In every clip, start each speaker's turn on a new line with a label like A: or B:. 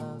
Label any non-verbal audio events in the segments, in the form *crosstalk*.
A: 嗯，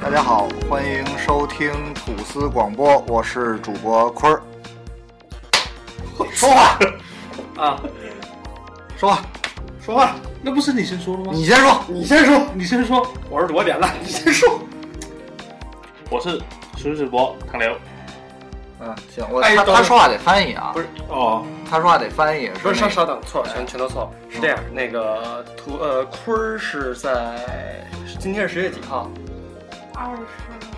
B: 大家好，欢迎收听吐司广播，我是主播坤儿。说话，
C: 啊，
B: 说话，
C: 说话，那不是你先说了吗？
B: 你先说。
C: 你先说，你先说，我是主播点了，你先说。我是纯主播唐刘，
B: 嗯，行，我
C: 哎
B: 他
C: 等
B: 他说话得翻译啊，
C: 不是哦，
B: 他说话得翻译，
D: 不是，稍
B: 那个
D: 稍等，错
C: 哎
D: 了，全全都错了。
C: 嗯
D: 是这样，那个图呃，坤儿是在是今天是十月几号？
E: 二十，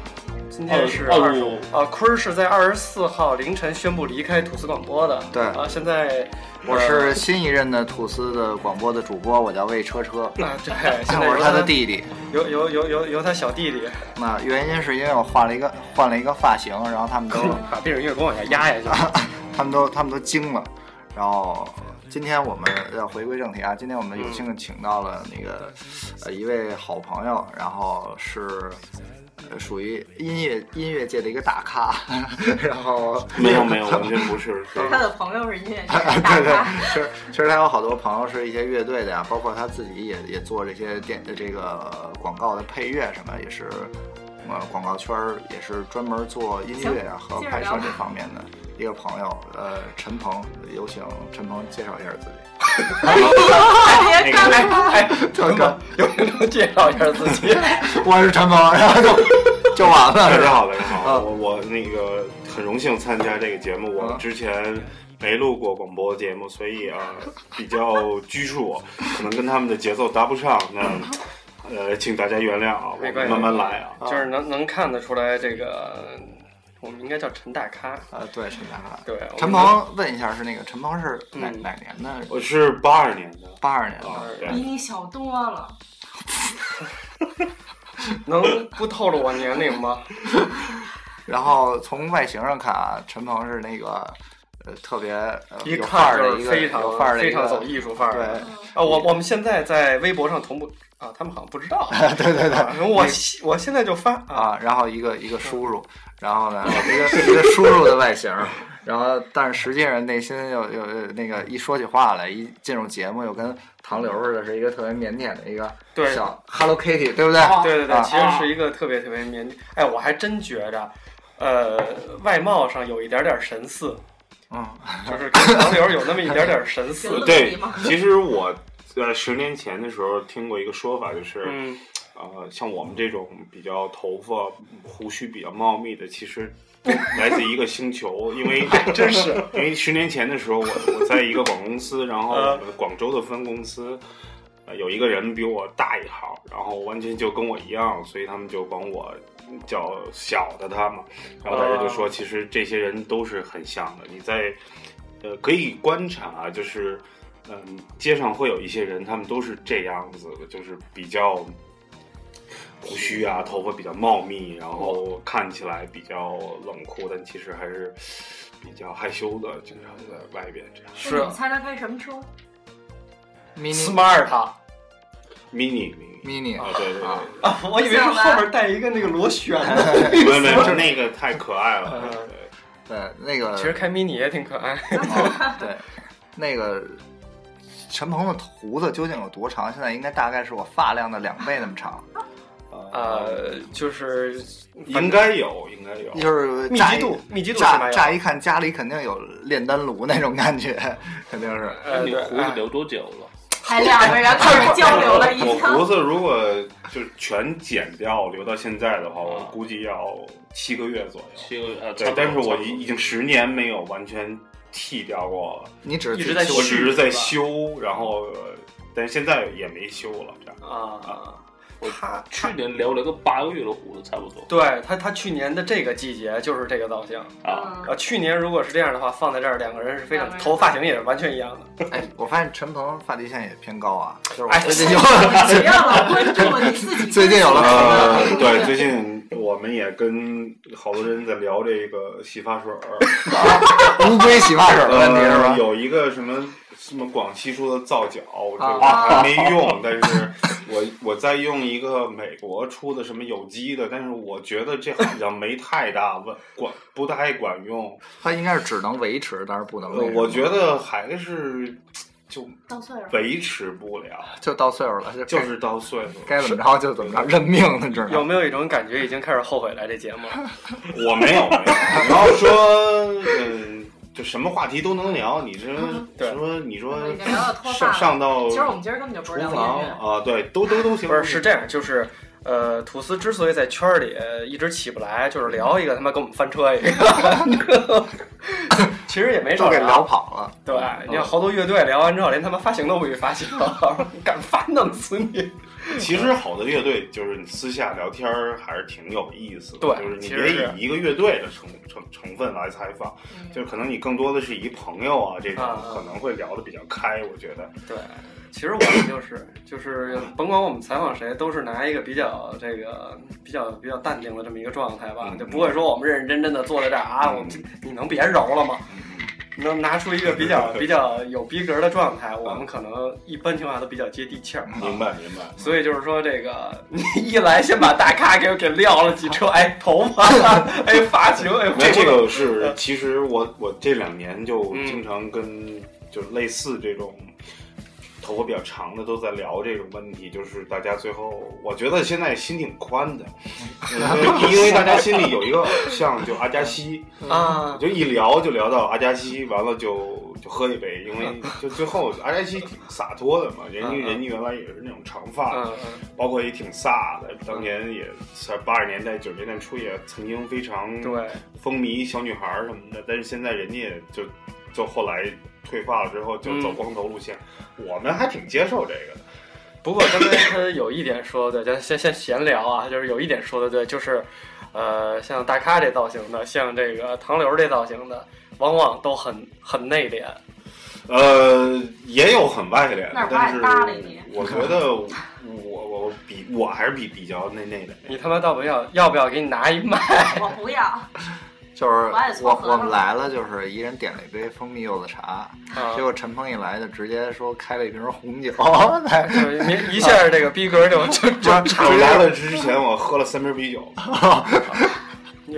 D: 今天是
C: 二
D: 二
C: 十
D: 十
C: 五
D: 五啊。坤儿是在二十四号凌晨宣布离开吐司广播的。
B: 对
D: 啊，现在呃
B: 我是新一任的吐司的广播的主播，我叫魏车车，
D: 呃啊，对，现在
B: *laughs* 我
D: 由
B: 是他的，弟弟。
D: 由由由由由他小弟弟
B: 那原因是因为我换了一个换了一个发型，然后他们都
D: *laughs* 把背景音乐给我往下压下去。
B: 他们都他们都惊了，然后。今天我们要回归正题啊！今天我们有幸请到了那个，呃，一位好朋友，然后是呃属于音乐音乐界的一个大咖， *laughs* 然后
A: *laughs*
F: 没有没有，完全
D: *laughs*
F: 不是。对
G: 他的朋友是音乐家，
B: 对对，其实其实他有好多朋友是一些乐队的呀，包括他自己也也做这些电呃这个广告的配乐什么，也是呃广告圈儿也是专门做音乐呀和
G: 接着
B: 拍摄
G: 聊
B: 这方面的一个朋友，呃，陈鹏，有请呃陈鹏介绍一下自己。
G: 别干了。
D: 哎，有没有没有介绍一下自己？
B: *laughs* 我是陈鹏，然后就就完 *laughs* 了，
F: 大
B: 是
F: 家
B: 吧？
F: 好，大家
D: 嗯
F: 好，我我那个很荣幸参加这个节目，我
B: 嗯
F: 之前没录过广播节目，所以啊、呃比较拘
D: *laughs*
F: 束，可能跟他们的节奏搭不上，那呃请大家原谅啊，
D: 没
F: 我
D: 关
F: 们
D: 系
F: 慢慢来啊。
D: *laughs* 就是能能看得出来，这个我们应该叫陈大咖。
B: 啊，对，陈大咖。
D: 对，我们
B: 陈鹏，问一下是那个陈鹏是哪、
D: 嗯
B: 哪年的？
F: 我是八二年的
B: 八二年的。
F: 啊，对
G: 比你小多了，
D: 能不透露我年龄吗？
B: 然后从外形上看啊，陈鹏是那个呃特别呃
D: 一
B: *laughs* 有范
D: 看
B: 儿的
D: 就
B: 一
D: 是
B: 个
D: 非常
B: 有范儿的一
D: 非常
B: 个
D: 走艺术范儿
B: 对
D: 的。啊，我我们现在在微博上同步啊，他们好像不知道。
B: *laughs* 对对对
D: 啊我现我现在就发啊，
B: 啊，然后一个一个叔叔，然后呢一个一个叔叔的外形，然后但是实际上内心又又又那个一说起话来，一进入节目又跟唐流似的，是一个特别腼腆的一个
D: 对
B: 小 Hello Kitty，对不对？
D: 对对对，
B: 啊
D: 其实是一个特别特别腼腆。哎，我还真觉着，呃，外貌上有一点点神似，
B: 嗯，
D: 就是跟唐流有那么一点点神
G: 有
B: *laughs*
D: 似。
G: 乐
F: 对
G: 迪吗？，
F: 其实我在十年前的时候听过一个说法，就是。
D: 嗯，
F: 呃，像我们这种比较头发、胡须比较茂密的，其实都来自一个星球，因 *laughs* 为哎真是，因为十年前的时候，我我在一个广告公司，然后我们广州的分公司。呃有一个人比我大一号，然后完全就跟我一样，所以他们就管我嗯叫小的他嘛。哦然后大家就说，其实这些人都是很像的。你在呃可以观察啊，就是嗯、街上会有一些人，他们都是这样子的，就是比较嗯胡须啊，头发比较茂密，然后看起来比较冷酷，但其实还是比较害羞的，经常在外边这样。
D: 是
G: 你猜猜开什么车？
B: 迷你
D: smart
F: 迷你迷你，
B: mini
F: 啊，对对
B: 啊，
F: 对，
D: 啊，我以为是后边带一个那个螺旋呢。
F: 没有没有，那个太可爱了。
D: 嗯
B: 对呃那个
F: 嗯
D: 其实开 mini 也挺可爱。
B: 啊对那个陈鹏的胡子究竟有多长？现在应该大概是我发量的两倍那么
D: *laughs*
B: 长，
D: 呃，
G: 嗯
D: 就是
F: 应该有，应该有。
B: 就是
D: 密
B: 乍
D: 集
B: 一
D: 度，密集度是
B: 乍
D: 吧？
B: 乍一看家里肯定有炼丹炉那种感觉，肯定是。
F: 哎
D: 呃，
C: 你
D: 对
C: 胡子留多久了？
G: 还哎两个人开始交流了，已
F: 我胡
G: 经。
F: 子如果就全剪掉留到现在的话，我估计要七个月左右。
C: 啊七个月啊，
F: 对，但是我已已
C: 一
F: 经十年没有完全剃掉过了，
B: 你只是
D: 一直在
B: 去
F: 我
B: 修
F: 只是在修，然后呃但是现在也没修了，这样。
D: 啊，他
C: 去年留了个八个月的胡子，差不多
D: 对他他去年的这个季节就是这个造型。
C: 啊。
G: 嗯
D: 啊，去年如果是这样的话，放在这儿两个人是非常
G: 两个人
D: 头发型也是完全一样的。
B: 哎，我发现陈鹏发际线也偏高啊，就是我
D: 哎
B: 最近
D: *laughs*
B: 有，
G: 不要老关注了，你自己关注
B: 最近有了
F: 呃，对，最近我们也跟好多人在聊这个洗发水儿，
B: 乌龟洗发水的问题是
F: 呃，
B: 吧？
F: 有一个什么什么广西出的皂角，我这个
D: 啊
F: 还没用，但是我我在用一个美国出的什么有机的，但是我觉得这好像没太大问管不太管用，
B: 它应该是只能维持，但是不能
F: 呃
B: 那什，么。
F: 我觉得还是就
G: 到岁数，
F: 维持不了，
B: 就到岁数了，就
F: 就
B: 该
F: 是到岁数。
B: 该怎么着就怎么着，认命了，知道
D: 有
B: 吗？
D: 没有一种感觉已经开始后悔来这节
G: *laughs*
D: 目？
F: 我没有，没有。你要说，嗯，就什么话题都能聊。你这
D: 对
F: 说，你说
G: 嗯对聊到脱发
F: 上上到
G: 其实我
F: 厨
G: 们今儿根本就不是聊
F: 房
G: 音乐，
F: 啊，对，都都都行。
D: 不是，是这样，就是。呃，吐司之所以在圈儿里呃一直起不来，就是聊一个他妈跟我们翻车
G: *laughs*
D: 一个，其实也没少
B: 都
D: 啊
B: 给聊跑了。
D: 对，你看好多乐队聊完之后，连他妈发行都不许发行， *laughs* 敢发弄死你！
F: *laughs* 其实好的乐队就是你私下聊天儿还是挺有意思的，
D: 对
F: 就是你
D: 其实
F: 别
D: 是
F: 以一个乐队的成成成分来采访，就是可能你更多的是以朋友啊这种
D: 啊啊
F: 可能会聊得比较开，我觉得。
D: 对，其实我们就是就是，甭管我们采访谁，都是拿一个比较这个比较比较淡定的这么一个状态吧，
F: 嗯
D: 就不会说我们认认真真的坐在这儿啊，
F: 嗯
D: 我们这你能别揉了吗？能拿出一个比较比较有逼格的状态，我们可能一般情况下都比较接地气儿。
F: 明白明白。
D: 所以就是说，这个你一来先把大咖给给撂了几 *laughs* 车，哎，头发，哎，发型，哎，
F: 那这
D: 个
F: 个是，其实我我这两年就
D: 嗯
F: 经常跟就是类似这种头发比较长的都在聊这种问题，就是大家最后我觉得现在心挺宽的，
D: *laughs*
F: 因为因为大家心里有一个偶像，就阿加西，
D: 啊，
F: 就一聊就聊到阿加西，完了就就喝一杯，因为就最后阿加西挺洒脱的嘛，人
D: 嗯嗯
F: 家人家原来也是那种长发，
D: 嗯嗯。
F: 包括也挺飒的，当年也在八十年代九十年代初也曾经非常
D: 对，
F: 风靡小女孩儿什么的，但是现在人家也就就后来退化了之后
D: 嗯
F: 就走光头路线，我们还挺接受这个的。
D: 不过刚才他有一点说的，咱先先闲聊啊，就是有一点说的对，就是，呃，像大咖这造型的，像这个唐流这造型的，往往都很很内敛。
F: 呃，也有很外敛
G: 那儿，
F: 的
G: 不爱
F: 但是
G: 搭理你
F: 我觉得我我我比我还是比比较内内敛的。
D: 你他妈到不要要不要给你拿一麦？
G: 我不要。
B: 就是
G: 我爱撮
B: 我
G: 合
B: 我们
G: 了
B: 来了，就是一人点了一杯蜂蜜柚子茶，
D: 啊
B: 结果陈鹏一来就直接说开了一瓶红酒，
D: 就
B: *laughs*
D: 是一一下这个逼格就就就
F: 哦我来了之前，我喝了三瓶啤酒，
D: 你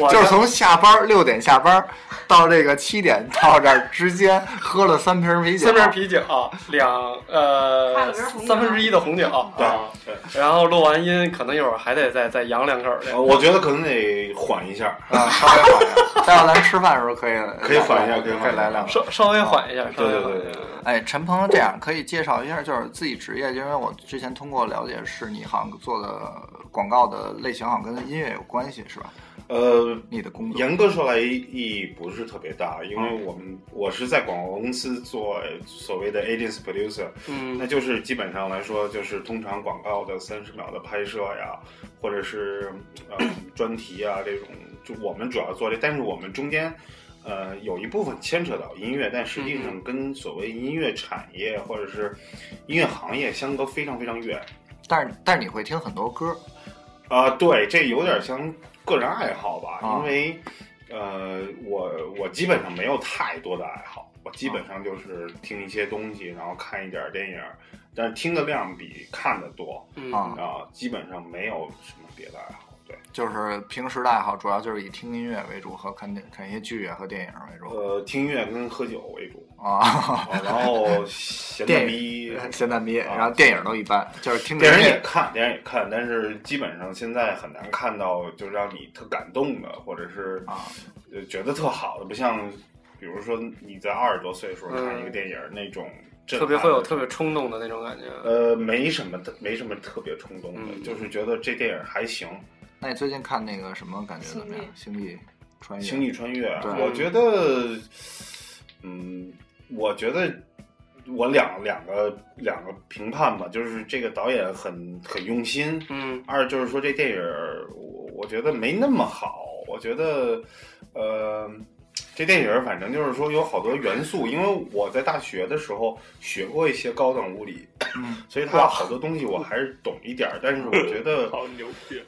D: 我
B: 就是从下班六点下班到这个七点到这儿之间喝了三瓶啤酒，
D: 三瓶啤酒，啊两
G: 还
D: 呃
G: 有瓶红酒
D: 三分之一的红酒，
F: 对
D: 啊，
F: 对。
D: 然后录完音可能一会儿还得再再扬两口去。
F: 呃我觉得可能得缓一下，
B: 啊，稍微缓一下。待会儿咱吃饭的时候可以
F: *laughs* 可以缓一下，可以
B: 可
F: 缓
B: 以
F: 一
B: 来
F: 下
B: 两个。
D: 稍稍微缓一下，稍
F: 对
D: 微
F: 对
D: 缓一
F: 对
D: 下
F: 对对。
B: 哎，陈鹏这样可以介绍一下，就是自己职业，因为我之前通过了解，是你好像做的广告的类型好像跟音乐有关系，是吧？
F: 呃，
B: 你的工作
F: 严格说来意义不是特别大，因为我们我是在广告公司做所谓的 agents producer，
D: 嗯
F: 那就是基本上来说就是通常广告的三十秒的拍摄呀，或者是呃专题啊这种，就我们主要做这，但是我们中间。呃，有一部分牵扯到音乐，但实际上跟所谓音乐产业或者是音乐行业相隔非常非常远。
B: 但是但是你会听很多歌，
F: 啊、对，这有点像个人爱好吧，
B: 啊
F: 因为呃，我我基本
B: 啊
F: 上没有太多的爱好，我基本上就是听一些东西，然后看一点电影，但是听的量比看的多
D: 嗯
B: 啊
F: 啊，基本上没有什么别的爱好。对，
B: 就是平时的爱好主要就是以听音乐为主和看电看一些剧啊和电影为主
F: 呃，听音乐跟喝酒为
B: *laughs*
F: 主，
B: 啊，
F: 啊然后闲的
B: 电呃
F: 逼，
B: *laughs* 咸蛋逼，
F: 啊
B: 然后电影都一般，就是听着
F: 电影
B: 音
F: 也
B: 乐
F: 看，电影也看，但是基本上现在很难看到就让你特感动的，或者是
B: 啊，
F: 呃觉得特好的，不像比如说你在二十多岁的时候看一个电影、那种
D: 嗯
F: 震
D: 特
F: 撼
D: 别
F: 的
D: 会有特别冲动的那种感觉。
F: 呃没什么的，没什么特别冲动的，
D: 嗯
F: 就是觉得这电影还行，
B: 那你最近看那个什么感觉怎么样？星际穿
D: 嗯
B: 越
F: 《星际穿越》啊，
B: 对
F: 我觉得，嗯，我觉得我两两个两个评判吧，就是这个导演很很用心，
D: 嗯
F: 二就是说这电影儿我我觉得没那么好，我觉得，呃。这电影儿反正就是说有好多元素，因为我在大学的时候学过一些高等物理，
B: 嗯
F: 所以它好多东西我还是懂一点儿。但是我
B: *laughs*
F: 觉得
C: 好牛逼！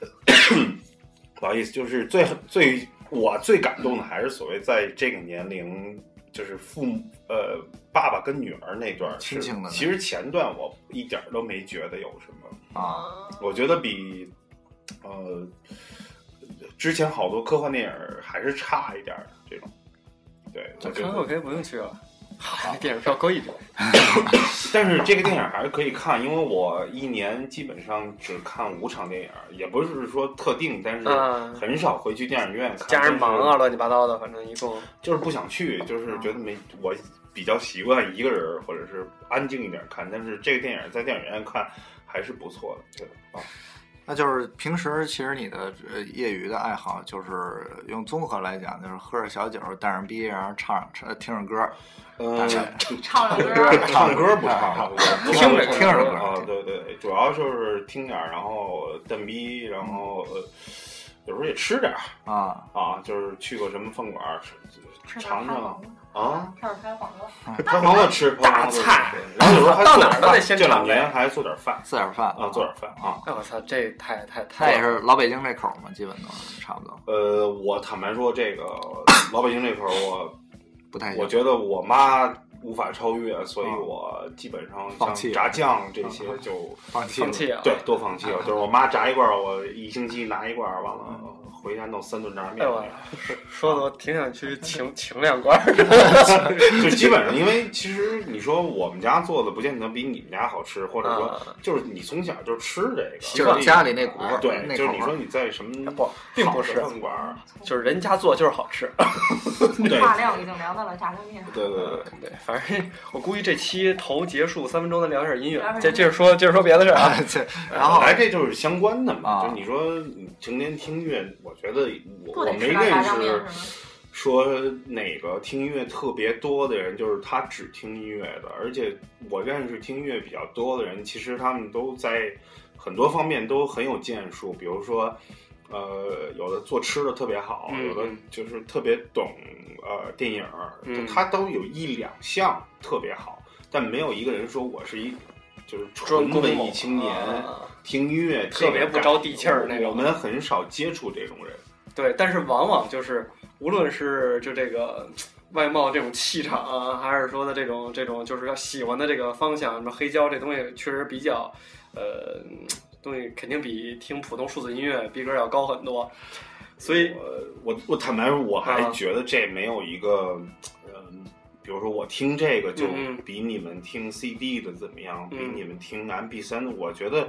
F: 不好意思，就是最最我最感动的还是所谓在这个年龄，就是父母呃爸爸跟女儿那段儿是
B: 亲情的那
F: 其实前段我一点儿都没觉得有什么，
B: 啊，
F: 我觉得比呃之前好多科幻电影儿还是差一点儿这种。对，我
D: 可
F: 觉
D: 能
F: 得，
D: 我可以不用去了， *laughs* 好，电影票够一张。
F: 但是这个电影还是可以看，因为我一年基本上只看五场电影儿，也不是说特定，但是
D: 嗯
F: 很少回去电影院看。
D: 加上忙
F: 但是
D: 啊，乱七八糟的，反正一共
F: 就是不想去，就是觉得没我比较习惯一个人儿或者是安静一点看，但是这个电影在电影院看还是不错的，觉得啊，
B: 那就是平时其实你的呃业余的爱好，就是用综合来讲，就是喝着小酒，带上逼，然后唱唱听着歌，呃
F: 嗯， *laughs*
G: 唱着歌儿，
F: 唱歌不唱了，我
B: 听着
F: 我
B: 听着歌
F: 啊，对对，主要就是听点儿，然后蹬逼，然后呃，有时候也吃点儿
B: 啊，
F: 啊，就是去过什么饭馆儿吃
G: 吃
F: 尝
G: 点儿
F: 尝啊
G: 黄瓜，
F: 啊，
G: 片儿拍黄瓜，
F: 拍黄瓜吃，拍黄瓜吃
D: 嗯大菜，
F: 然后有时候还做
D: 到哪
F: 点
D: 儿
F: 饭
D: 都得先
F: 这两
D: 尝呗
F: 年还做点饭
B: 做点饭
F: 啊，做点饭啊。
D: 哎我操，这太太
B: 那
D: 太
B: 也是老北京这口儿嘛，基本都是差不多，
F: 呃，我坦白说，
D: *coughs*
F: 这个老北京这口儿我，
B: 不太
F: 我
D: 哎
B: 行
F: 觉得我妈无法超越，所以
D: 啊
F: 我基本上
B: 放
F: 像
B: 弃了
F: 炸酱
D: 嗯
F: 这些就
B: 放弃了
D: 放弃啊。
F: 对都放弃了。就是我妈炸一罐儿，我一星期拿一罐儿，完了
B: 嗯
F: 回家弄三顿炸酱
D: 哎
F: 面
D: 我，说的我挺想去请请两罐儿的。
F: 就基本上，因为其实你说我们家做的不见得比你们家好吃，或者说
D: 啊
F: 就是你从小就吃这个，
B: 就是嗯家里那股
F: 啊
B: 儿，
F: 对，
B: 那
F: 就是
B: 口
F: 你说
B: 味。
F: 你在什么
B: *laughs*
D: 不，并不
F: 好的
D: 是，
F: 饭馆儿，
D: 就是人家做就是好吃。 *laughs*
F: 对
G: 大料已经聊到了炸酱面，
F: 对对对。
B: 嗯
D: 对，反正我估计这期头结束三分钟，咱聊点音
G: 聊
D: 乐，
G: 点音乐
D: 接接着说接着说别的事儿啊。
B: 这
F: *laughs*
B: 然后
F: 本来这就是相关的嘛，
B: 啊
D: 哦
F: 就你说你成天听音乐，我觉得我
G: 不
F: 我
G: 得
F: 没
G: 吃点炸
F: 认
G: 酱面
F: 识
G: 是吗？
F: 说哪个听音乐特别多的人，就是他只听音乐的，而且我认识听音乐比较多的人，其实他们都在很多方面都很有建树，比如说。呃，有的做吃的特别好，
D: 嗯
F: 有的就是特别懂呃电影儿，
D: 嗯
F: 就他都有一两项特别好，但没有一个人说我是一就是
D: 专
F: 纯
D: 攻
F: 文
D: 某
F: 艺青年，
D: 啊
F: 听音乐
D: 特别不着地气儿那种
F: 我们很少接触这种人。
D: 对，但是往往就是，无论是就这个外貌这种气场啊，还是说的这种这种就是要喜欢的这个方向，什么黑胶这东西确实比较，呃，东西肯定比听普通数字音乐逼格要高很多，所以
F: 呃，我我坦白说，我还
D: 啊
F: 觉得这没有一个，嗯，比如说我听这个就
D: 嗯嗯
F: 比你们听 CD 的怎么样，
D: 嗯
F: 比你们听 MP3 的，我觉得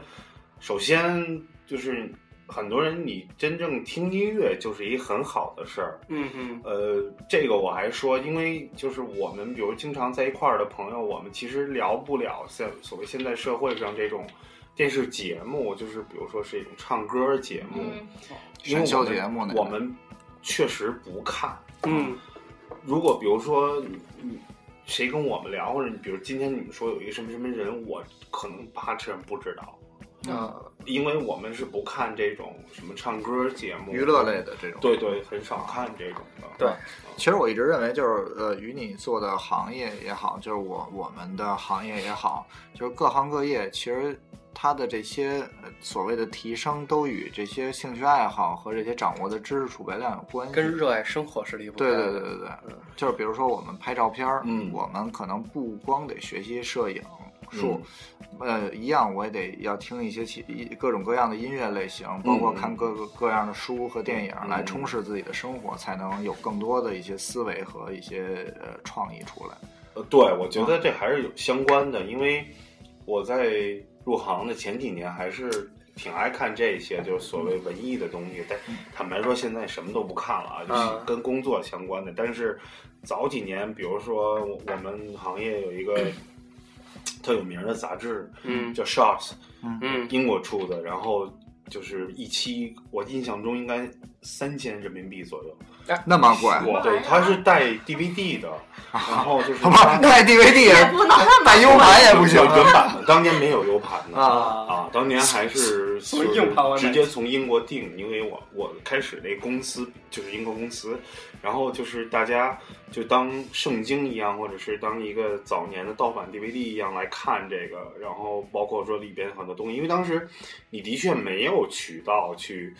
F: 首先就是很多人你真正听音乐就是一很好的事儿，
D: 嗯嗯
F: 呃，这个我还说，因为就是我们比如经常在一块儿的朋友，我们其实聊不了现所谓现在社会上这种电视节目，就是比如说是一种唱歌节目，
G: 嗯，
F: 因为
B: 选秀
F: 我们
B: 节目那
F: 我
B: 种
F: 们确实不看。
D: 嗯
F: 如果比如说你你谁跟我们聊，或者你比如今天你们说有一个什么什么人，我可能八成不知道，
D: 啊，
B: 呃
F: 因为我们是不看这种什么唱歌节目、
B: 娱乐类，的这种，
F: 对对，很少看这种的。
D: 对
B: 其实我一直认为，就是呃，与你做的行业也好，就是我我们的行业也好，就是各行各业，其实它的这些呃所谓的提升，都与这些兴趣爱好和这些掌握的知识储备量有关系。
D: 嗯跟热爱生活是离不开
B: 对
D: 的。
B: 对对
G: 嗯
B: 对对，就是比如说我们拍照片儿，
F: 嗯
B: 我们可能不光得学习摄影、术，呃，一样我也得要听一些其一各种各样的音乐类型，包括看各个各样的书和电影来充实自己的生活，才能有更多的一些思维和一些呃创意出来。
F: 呃，对，我觉得这还是有相关的，因为我在入行的前几年还是挺爱看这些，就是所谓文艺的东西。但坦白说，现在什么都不看了啊，就是
D: 嗯
F: 跟工作相关的。但是早几年，比如说我我们行业有一个特有名的杂志
D: 嗯
F: 叫《Shots》，
D: 嗯
F: 英国出的，然后。就是一期，我印象中应该三千人民币左右。
G: 哎
B: 啊那么贵，
F: 我对，它是带 DVD 的，然后就是
B: 好吧，带 DVD
G: 也
B: 也
G: 不能那么
B: 带 U 盘也 *laughs* 不行
F: 有原版的，当年没有 U 盘的
B: 啊。
F: 啊，当年还
D: *laughs*
F: 是
D: 从
F: 就是
D: 硬盘往哪
F: 直接从英国订，因为我我开始那公司就是英国公司，然后就是大家就当圣经一样，或者是当一个早年的盗版 DVD 一样来看这个，然后包括说里边很多东西，因为当时你的确没有渠道去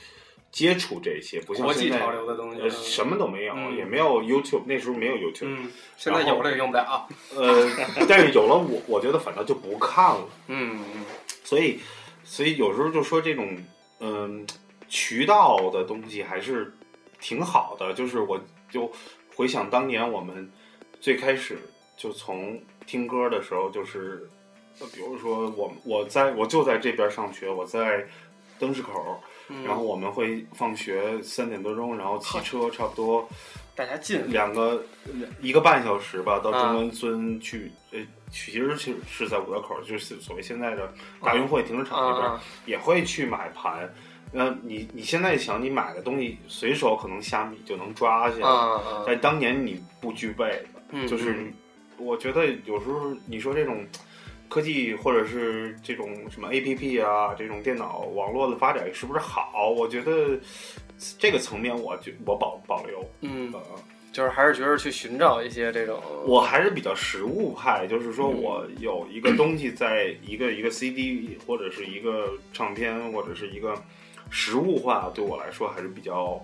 F: 接触这些，不像
D: 国际
F: 现在
D: 潮流的东西
F: 呃，什么都没有，
D: 嗯
F: 也没有 YouTube，那时候没有 YouTube，、
D: 嗯，现在有了也用不了啊。
F: 呃，但是有了我，我觉得反倒就不看了。
D: 嗯嗯
F: 所以，所以有时候就说这种嗯渠道的东西还是挺好的。就是我就回想当年我们最开始就从听歌的时候，就是呃比如说我我在我就在这边上学，我在灯市口，
D: 嗯，
F: 然后我们会放学三点多钟，然后骑车差不多。
D: 大家进
F: 两个两一个半小时吧，到
D: 啊
F: 中关村去，呃、去其实是是在五道口，就是所谓现在的大运会停车场那边、
D: 啊
F: 也会去买盘。那你你现在想，你买的东西随手可能虾米就能抓
D: 啊
F: 下，
D: 啊，
F: 但当年你不具备，
D: 嗯
F: 就是你我觉得有时候你说这种科技或者是这种什么 A P P 啊，这种电脑网络的发展是不是好？我觉得这个层面我就我保保留。
D: 嗯，嗯
F: 呃
D: 就是还是觉得去寻找一些这种
F: 我还是比较实物派，就是说我有一个东西在一个一个 CD 或者是一个唱片或者是一个实物化，对我来说还是比较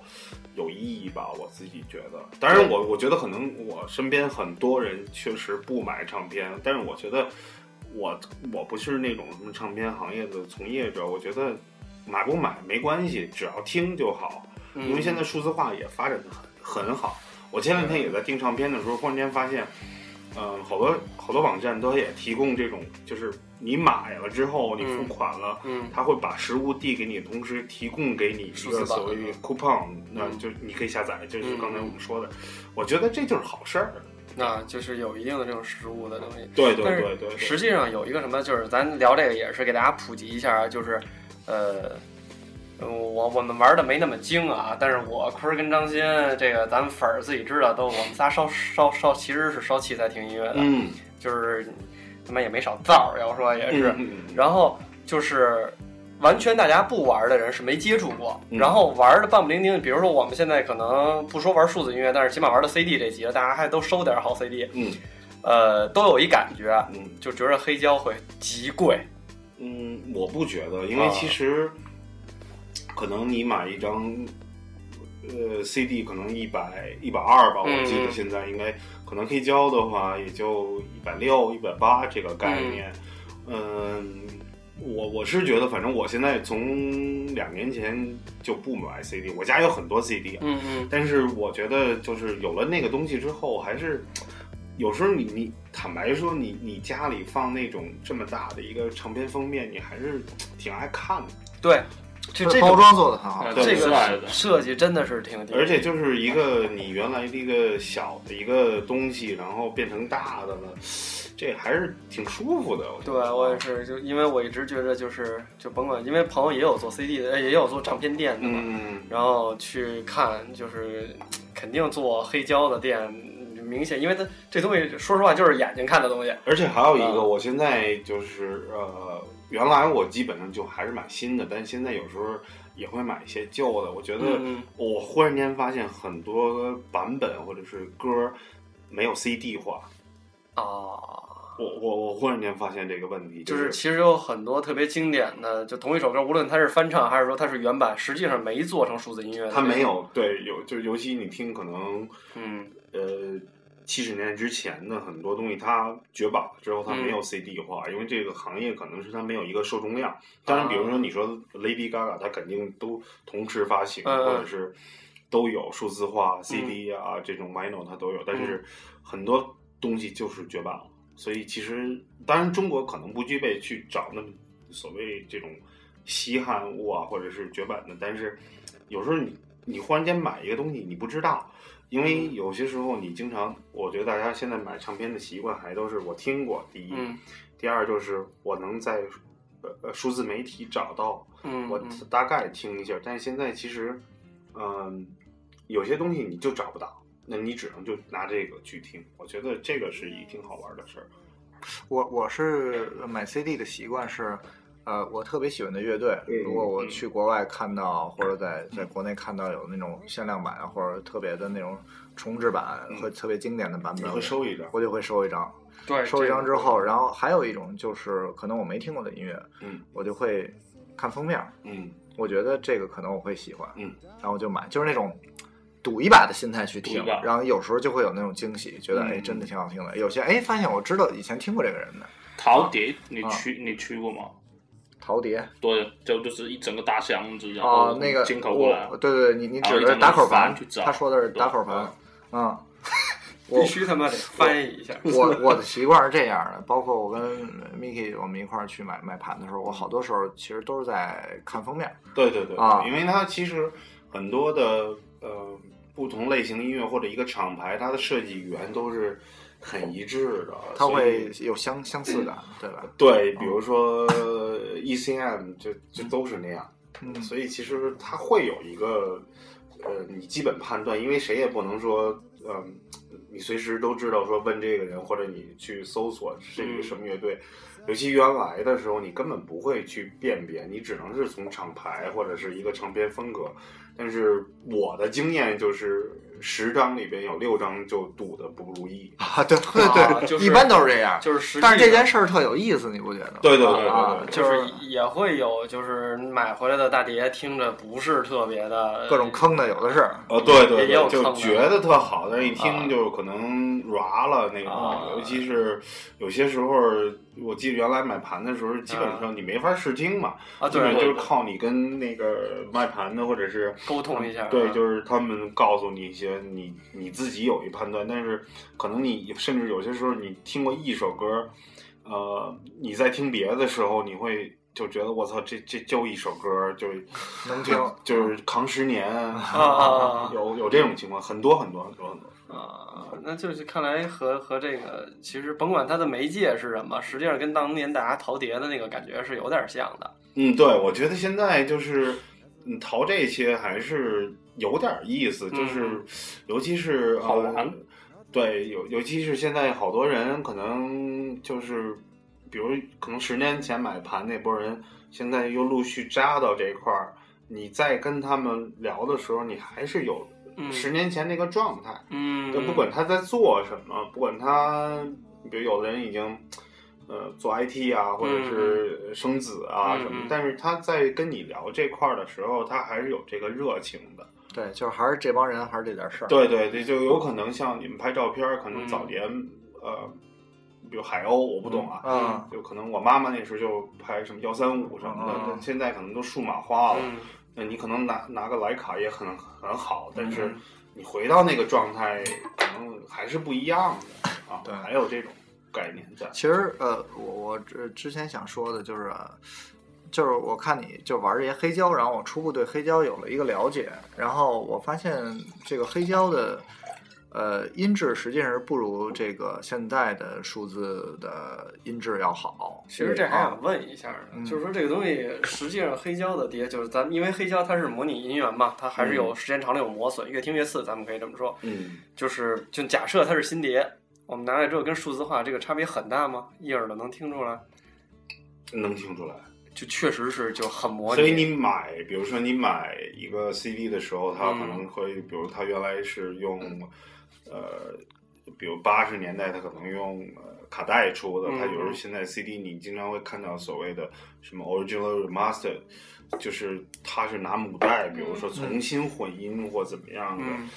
F: 有意义吧。我自己觉得，当然我我觉得可能我身边很多人确实不买唱片，但是我觉得我我不是那种什么唱片行业的从业者，我觉得买不买没关系，只要听就好。因为现在数字化也发展的很很好。我前两天也在订唱片的时候，忽然间发现，嗯、好多好多网站都也提供这种，就是你买了之后，你付款了，
D: 嗯
F: 他会把实物递给你，同时提供给你一
D: 数字
F: 个
D: 版
F: 所谓的 coupon，那就你可以下载，这就是刚才我们说的。我觉得这就是好事儿。
D: 那就是有一定的这种实物的东西。
F: 对对
D: 但是
F: 对对，对
D: 实际上有一个什么，就是咱聊这个也是给大家普及一下啊，就是，呃，我我们玩的没那么精啊，但是我坤儿跟张鑫这个咱们粉儿自己知道，都我们仨烧烧烧其实是烧器材听音乐的，
F: 嗯，
D: 就是他妈也没少造，要说也是。
F: 嗯嗯
D: 然后就是完全大家不玩的人是没接触过，
F: 嗯
D: 然后玩的半不灵丁。比如说我们现在可能不说玩数字音乐，但是起码玩到 CD 这级了，大家还都收点好 CD，
F: 嗯
D: 呃，都有一感觉，
F: 嗯
D: 就觉得黑胶会极贵。
F: 嗯，我不觉得，因为
D: 啊
F: 其实、可能你买一张呃 CD 可能一百一百二吧，
D: 嗯
F: 我记得现在应该可能黑胶的话也就一百六、一百八这个概念。嗯，我我是觉得，反正我现在从两年前就不买 CD，我家有很多 CD 啊，
D: 嗯嗯
F: 但是我觉得就是有了那个东西之后，还是有时候你你坦白说你，你家里放那种这么大的一个唱片封面，你还是挺爱看的。
D: 对，就这
B: 包
D: 种
B: 装做的很好，
C: 嗯
D: 这
F: 对
C: 帅
D: 个
C: 的
D: 设计真的是挺，
F: 而且就是一个你原来的一个小的一个东西，然后变成大的了， *sniffs* 这还是挺舒服的。我觉
D: 对，
F: 得
D: 我也是，就因为我一直觉得就是就甭管，因为朋友也有做 CD 的，呃也有做唱片店的嘛，
F: 嗯，
D: 然后去看，就是肯定做黑胶的店，明显，因为它这东西说实话就是眼睛看的东西。
F: 而且还有一个，
D: 嗯
F: 我现在就是呃，原来我基本上就还是买新的，但现在有时候也会买一些旧的。我觉得、
D: 嗯，
F: 我忽然间发现很多版本或者是歌没有 CD 化，
D: 啊，
F: 我我我忽然间发现这个问题，
D: 就
F: 就是
D: 其实有很多特别经典的，就同一首歌，无论它是翻唱还是说它是原版，实际上没做成数字音乐的。
F: 它没，有对有，就是尤其你听可能
D: 嗯，
F: 呃七十年之前的很多东西，它绝版了之后，它
D: 嗯
F: 没有 CD 化，因为这个行业可能是它没有一个受众量。当然，比如说
D: 啊
F: 你说 Lady Gaga，它肯定都同时发行，
D: 嗯嗯
F: 或者是都有数字化 CD 啊、这种 vinyl 它都有，但
D: 嗯
F: 是很多东西就是绝版了。所以其实，当然中国可能不具备去找那么所谓这种稀罕物啊，或者是绝版的，但是有时候你你忽然间买一个东西，你不知道，因为有些时候你经常，我觉得大家现在买唱片的习惯还都是我听过，第一，
D: 嗯
F: 第二就是我能在呃呃数字媒体找到，
D: 嗯，
F: 我
D: 嗯
F: 大概听一下，但是现在其实，嗯、有些东西你就找不到。那你只能就拿这个去听，我觉得这个是一挺好玩的事儿。
B: 我我是买 CD 的习惯是，呃，我特别喜欢的乐队，
F: 嗯
B: 如果我
F: 嗯
B: 去国外看到，或者在在国内看到有那种限量版啊或者特别的那种重制版
F: 嗯
B: 和特别经典的版
F: 你
B: 本，
F: 会收一张， *laughs*
B: 我就会收一张。
D: 对，
B: 收一张之
D: 后，
B: 后，然后还有一种就是可能我没听过的音乐，
F: 嗯
B: 我就会看封面儿，
F: 嗯，
B: 我觉得这个可能我会喜欢，
F: 嗯，
B: 然后我就买，就是那种赌一把的心态去
C: 赌
B: 听
C: 一把，
B: 然后有时候就会有那种惊喜，觉得
F: 嗯
B: 哎真的挺好听的，有些哎发现我知道以前听过这个人的
C: 陶碟你
F: 嗯
B: 啊
C: 去你去过吗？
B: 陶碟
C: 对，就就是一整个大箱子，然
B: 啊
C: 后，
B: 那个
C: 进口过来
B: 我，对对，对你你
C: 然后
B: 指
C: 一
B: 的
C: 张
B: 打口
C: 帆
B: 盘
C: 去，找
B: 他说的是打口
C: 对
B: 盘，
F: *laughs*
B: 嗯，我
D: 必须他妈得翻译一下。
B: 我我的习惯是这样的，包括我跟 Miki 我们一块儿去买买盘的时候，我好多时候其实都是在看封面，
F: 对对对，
B: 啊
F: 因为它其实很多的呃不同类型音乐或者一个厂牌，它的设计语言都是很一致的，
B: 它
F: 啊所以嗯
B: 会有相相似感，对吧？ *laughs*
F: 对，比如说，E ECM 就就都是那样，
B: 嗯，
F: 所以其实它会有一个呃你基本判断，因为谁也不能说嗯、你随时都知道说问这个人或者你去搜索是一个什么乐队，尤其原来的时候你根本不会去辨别，你只能是从厂牌或者是一个唱片风格。但是我的经验就是十张里边有六张就赌的不如意。*laughs*
B: 啊，对对
D: 啊
B: 对，
D: 就是
B: 一般都是这样。
D: 就是实际上，
B: 但是这件事儿特有意思，你不觉得吗？
F: 对对对对对
B: 啊，
D: 就是也会有，就是买回来的大碟听着不是特别的
B: 各种坑的有的是。
F: 呃，对对
D: 也有
F: 对，就
D: 坑的
F: 觉得特好，但是一听就可能软了那种、
D: 啊
F: 尤其是有些时候，我记得原来买盘的时候，基本上你没法试听嘛，
D: 啊，
F: 基
D: 对
F: 本
D: 对，
F: 就是
D: 对
F: 靠你跟那个卖盘的或者是
D: 沟通一下，啊
F: 对，
D: 是
F: 就是他们告诉你一些你你自己有一判断，但是可能你甚至有些时候你听过一首歌，呃，你在听别的时候，你会就觉得我操，这这就一首歌，就
B: 能
D: *laughs*
B: 听
F: 就是扛十年
D: 嗯啊啊啊
F: *laughs* 有有这种情况，很多很多很多很多。
D: 啊，那就是看来和和这个其实甭管它的媒介是什么，实际上跟当年大家淘碟的那个感觉是有点像的。
F: 嗯，对，我觉得现在就是嗯，淘这些还是有点意思，就是、
D: 嗯
F: 尤其是
C: 好
F: 呃
C: 玩
F: 对，尤尤其是现在好多人可能就是，比如可能十年前买盘那波人，现在又陆续扎到这块儿，你再跟他们聊的时候，你还是有
D: 嗯
F: 十年前那个状态。
D: 嗯，
F: 就不管他在做什么，不管他，比如有的人已经，呃，做 IT 啊，或者是生子啊
D: 嗯
F: 什么
D: 嗯，
F: 但是他在跟你聊这块儿的时候，他还是有这个热情的。
B: 对，就是还是这帮人还是这点事儿。
F: 对对对，就有可能像你们拍照片儿，可能早年，呃，比如海鸥，我不懂啊，
B: 嗯，
F: 就可能我妈妈那时候就拍什么幺三五什么的
B: 嗯，
F: 但现在可能都数码化了。
D: 嗯
F: 那你可能拿拿个徕卡也很很好，但是
D: 嗯
F: 你回到那个状态，可能还是不一样的啊。
B: 对
F: 还有这种概念在。
B: 其实呃，我我之之前想说的就是，呃就是我看你就玩这些黑胶，然后我初步对黑胶有了一个了解，然后我发现这个黑胶的呃音质实际上是不如这个现在的数字的音质要好。啊
D: 其实这
F: 啊
D: 还想问一下
B: 嗯
D: 呢，就是说这个东西实际上黑胶的碟，就是咱们因为黑胶它是模拟音源嘛，它还是有时间长了有磨损，越听越次，咱们可以这么说。
F: 嗯，
D: 就是就假设它是新碟，我们拿来之后跟数字化这个差别很大吗？一耳朵能听出来，
F: 能听出来。
D: 就确实是就很模拟。
F: 所以你买，比如说你买一个 CD 的时候，它可
D: 嗯
F: 能会，比如它原来是用，呃，比如八十年代它可能用呃卡带出的，
D: 嗯
F: 它有时候现在 CD 你经常会看到所谓的什么 original remaster，就是它是拿母带，比如说重新混音或怎么样的。
D: 嗯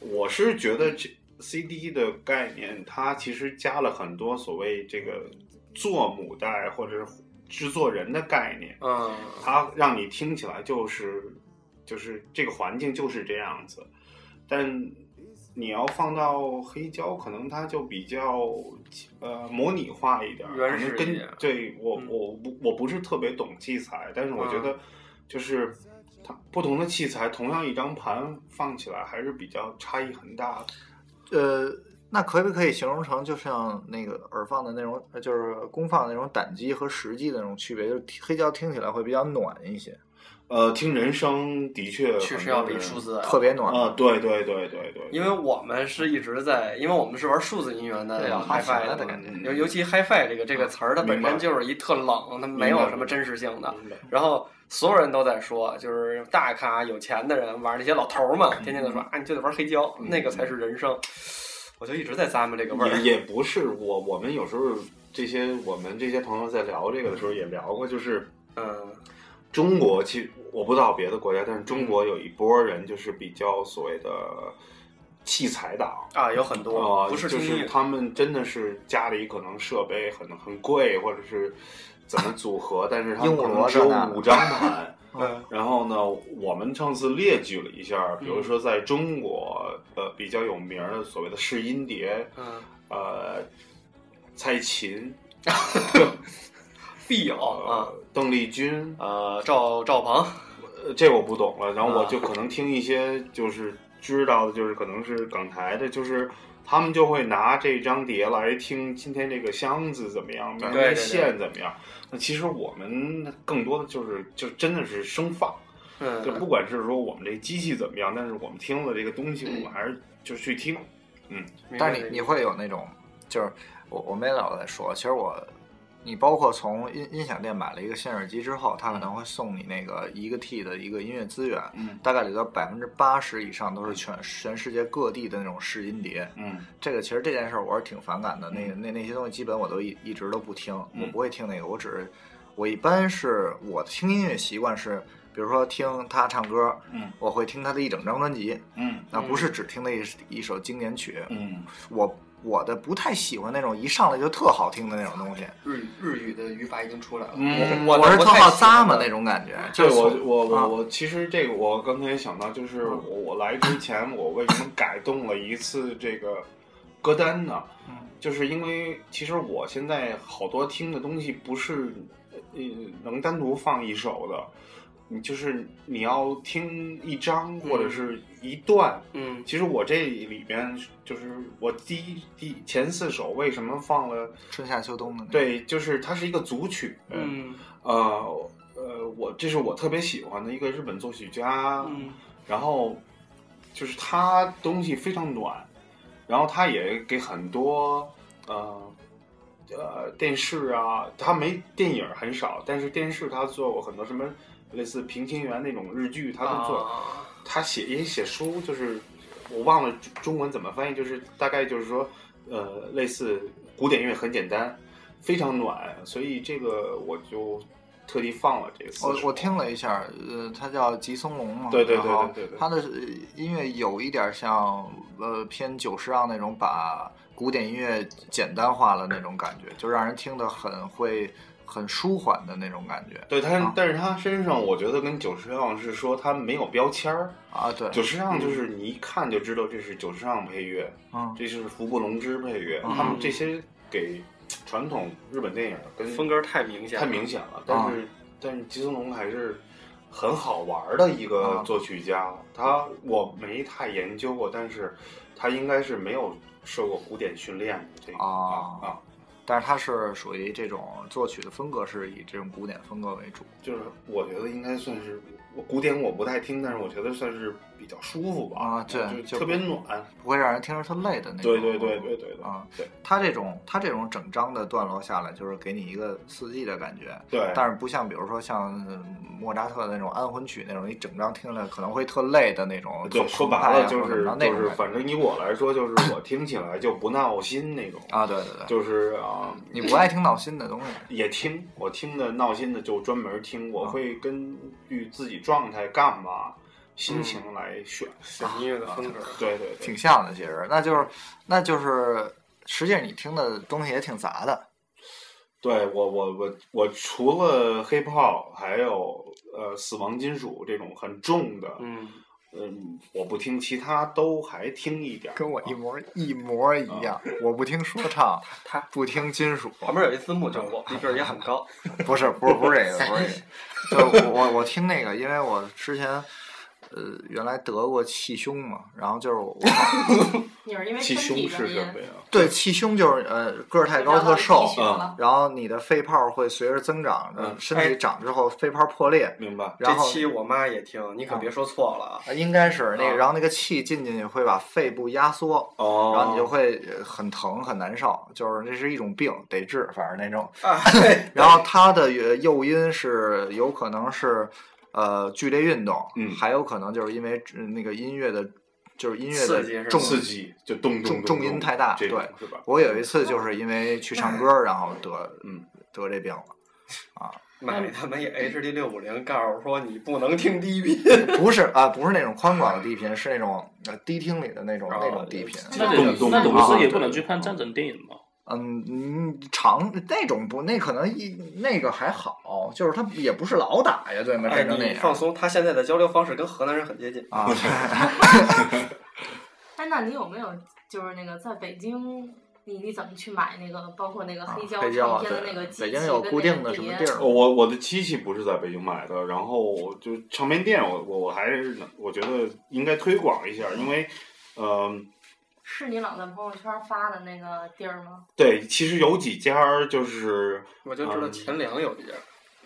F: 我是觉得这 CD 的概念，它其实加了很多所谓这个做母带或者是制作人的概念，
D: 嗯，
F: 它让你听起来就是就是这个环境就是这样子，但你要放到黑胶，可能它就比较呃模拟化一点儿，
D: 原始
F: 可能
D: 一点
F: 跟对我
D: 嗯
F: 我不我不是特别懂器材，但是我觉得就是。它不同的器材，同样一张盘放起来还是比较差异很大的。
B: 呃，那可不可以形容成就像那个耳放的那种，呃就是功放的那种胆机和实际的那种区别？就是黑胶听起来会比较暖一些，
F: 呃，听人声的确
D: 确
F: 很
D: 实
F: 多
D: 要比
F: 人
D: 数字
B: 特别暖。
F: 啊，对对对对对，
D: 因为我们是一直在，因为我们是玩数字音源的
B: 对啊
D: HiFi
F: 嗯
B: 花钱的
D: 的
B: 感
D: 嘛
B: 觉，
D: 尤尤其 HiFi 这个这个词儿，它本
F: 明白
D: 身就是一特冷，它没
F: 明
D: 有
F: 白
D: 什么真实性的。
F: 嗯明白
D: 然后所有人都在说，就是大咖有钱的人玩那些老头儿们，天天都说啊，你就得玩黑胶，那个才是人生。我就一直在咂摸这个味儿
F: 也。也不是我我们有时候这些我们这些朋友在聊这个的时候也聊过，就是
D: 嗯
F: 中国其实我不知道别的国家，但是中国有一波人就是比较所谓的器材党。
D: 啊，有很
F: 啊，
D: 多不是
F: 就
D: 听
F: 是
D: 音
F: 他们真的是家里可能设备很很贵，或者是怎么组合，但是他们
B: 鹦鹉
F: 可能
B: 螺
F: 只有
B: 这那的
F: 五张盘，
D: 嗯
F: 然后呢，我们上次列举了一下，比如说在中国，呃，比较有名儿的所谓的试音碟，
D: 嗯，
F: 呃，蔡琴，
D: 必有啊
F: 呃，邓丽君，
D: 呃，赵赵鹏，
F: 呃，这我不懂了。然后我
D: 啊
F: 就可能听一些就是知道的，就是可能是港台的，就是他们就会拿这张碟来听今天这个箱子怎么样，明
D: 对对
F: 天线怎么样。那其实我们更多的就是就真的是生放。就
D: 嗯
F: 不管是说我们这机器怎么样，但是我们听了这个东西，我们还是就去听。
D: 明白
B: 但是
D: 这个
B: 你你会有那种，就是我我们也老在说，其实我，你包括从音音响店买了一个线耳机之后，它可能会送你那个一个 T 的一个音乐资源，
F: 嗯
B: 大概里头百分之八十以上都是全全世界各地的那种试音碟。
F: 嗯
B: 这个其实这件事儿我是挺反感的，那那那些东西基本我都一一直都不听，我
F: 嗯
B: 不会听那个，我只是我一般是我听音乐习惯是，比如说听他唱歌，
F: 嗯
B: 我会听他的一整张专辑，
F: 嗯
B: 那不是只听那一一首经典曲，
F: 嗯，
B: 我我的不太喜欢那种一上来就特好听的那种东西，
D: 日日语的语法已经出来了，
F: 嗯
D: 我
B: 我是特好咂
D: 嘛
B: 嘛那种感觉。
F: 对
B: 就是
F: 我
B: 从
F: 我
B: 啊
F: 我我，其实这个我刚才也想到，就是我我来之前，我为什么改动了一次这个歌单呢？就是因为其实我现在好多听的东西不是呃能单独放一首的，你就是你要听一张或者是一段，
D: 嗯
F: 其实我这里边就是我第一第前四首为什么放了？
B: 春夏秋冬的那种，
F: 对，就是它是一个组曲，，
D: 嗯
F: 呃呃，我这是我特别喜欢的一个日本作曲家，
D: 嗯
F: 然后就是他东西非常暖，然后他也给很多呃呃电视啊，他没电影很少，但是电视他做过很多什么类似《平清园》那种日剧，他都做。
D: 啊
F: 他写也写书，就是我忘了中中文怎么翻译，就是大概就是说，呃，类似古典乐很简单，非常暖，所以这个我就特地放了这次。
B: 我我听了一下，呃，它叫吉松龙嘛，
F: 对对对
B: 然后
F: 对对对
B: 它的呃音乐有一点像呃偏九十让那种把古典音乐简单化了那种感觉，就让人听得很会很舒缓的那种感觉
F: 对他
B: 啊，
F: 但是他身上我觉得跟久石让是说他没有标签儿，
B: 啊，对，
F: 久石让就是你一看就知道这是久石让配乐，
B: 嗯，
F: 这是福部隆之配乐，
B: 嗯
F: 他们这些给传统日本电影跟
D: 风格太明显了，
F: 太明显了。
B: 啊
F: 但是、但是吉松龙还是很好玩的一个
B: 啊
F: 作曲家，他我没太研究过，但是他应该是没有受过古典训练的这个
B: 啊
F: 啊，
B: 但是它是属于这种作曲的风格是以这种古典风格为主，
F: 就是我觉得应该算是我古典我不太听，但是我觉得算是比较舒服吧
B: 啊
F: 就
B: 对就
F: 特别暖，
B: 不会让人听着特累的那种。
F: 对对对对对对
B: 啊
F: 对，
B: 它这种它这种整张的段落下来，就是给你一个四季的感觉。
F: 对，
B: 但是不像比如说像呃莫扎特那种安魂曲那种，一整张听了可能会特累的那种。
F: 对
B: 很
F: 说白
B: 澎湃啊
F: 了就
B: 或者
F: 是
B: 怎么着那
F: 就
B: 种
F: 是，
B: 感觉
F: 反正以我来说，就是我听起来就不闹心那种，
B: 啊，对对对，
F: 就是啊，
B: 你不爱听闹心的东西。
F: 也听，我听的闹心的就专门听，我
B: 啊
F: 会根据自己状态干嘛，心情来选。
D: 选音乐的风格。
F: 对对对
B: 嗯挺，像的，其实那就是那就是，实际上你听的东西也挺杂的。
F: 对我我我我除了 hip hop，还有呃死亡金属这种很重的，
D: 嗯，
F: 嗯，我不听，其他都还听一点儿。
B: 跟我一模一模一
F: 啊
B: 样，我不听说唱，
D: 他
B: 不听金属，
D: 旁边有一字幕就是 *laughs* 我，逼格也很高。
B: *laughs* 不是不是不是这个，不是这个，就我我我听那个，因为我之前呃原来得过气胸嘛，然后就是我
G: 你是因为
F: 气
G: 身体
F: 胸
G: 原
F: 是什
G: 因
F: 么，呀？
B: 对气胸就是呃个儿太高特
G: 你
B: 瘦
G: 知，道到底
B: 然后你的肺泡会随着增长，呃
F: 嗯
B: 身体长之后肺泡破裂，
F: 明白。
D: 这
B: 然后
D: 期我妈也听，你可别说错了啊。
B: 呃应该是那
D: 啊
F: 嗯
B: 个，然后那个气进进去会把肺部压缩，
F: 哦，
B: 然后你就会呃很疼很难受，就是这是一种病，得治，反正那种。
D: *laughs* 啊，对，
B: 然后它的原诱因是有可能是呃剧烈运动，
F: 嗯
B: 还有可能就是因为呃那个音乐的，就是音乐
D: 刺激是
B: 的
D: 吧
B: 重
F: 刺。激就咚咚
B: 重
F: 咚
B: 重音太大
F: 这种
B: 对
F: 是吧？
B: 我有一次就是因为哎去唱歌，然后得
F: 嗯
B: 得这病了。
D: 买他们也 HD 六五零，告诉我说你不能听低频。
B: 不是啊，不是那种宽广的低频，是那种呃低厅里的那种
D: 哦
B: 那种低频。
C: 那
F: 动
C: 你
F: 动
C: 那你不
B: 动
C: 是也
B: 动
C: 不能去看战争电影吗？
B: 嗯，嗯长那种不，那可能一那个还好，就是他也不是老打呀，对吗？
D: 哎，
B: 战争那
D: 你放
B: 样
D: 松，他现在的交流方式跟河南人很接近。
B: 啊，
G: 哎，那你有没有就是那个在北京，你你怎么去买那个包括那个黑胶
B: 黑胶
G: 唱
B: 啊，
G: 片的那个
B: 对，
G: 机器
B: 北京有
G: 跟
B: 固
G: 那个
B: 定的什么
G: 碟
B: 地儿
F: 哦
B: 吗？
F: 我我的机器不是在北京买的，然后就唱片店我，我我还是能，我觉得应该推广一下，因为，呃，
G: 是你老在朋友圈发的那个地儿吗？
F: 对，其实有几家儿就是
D: 我就知道钱粮有一家，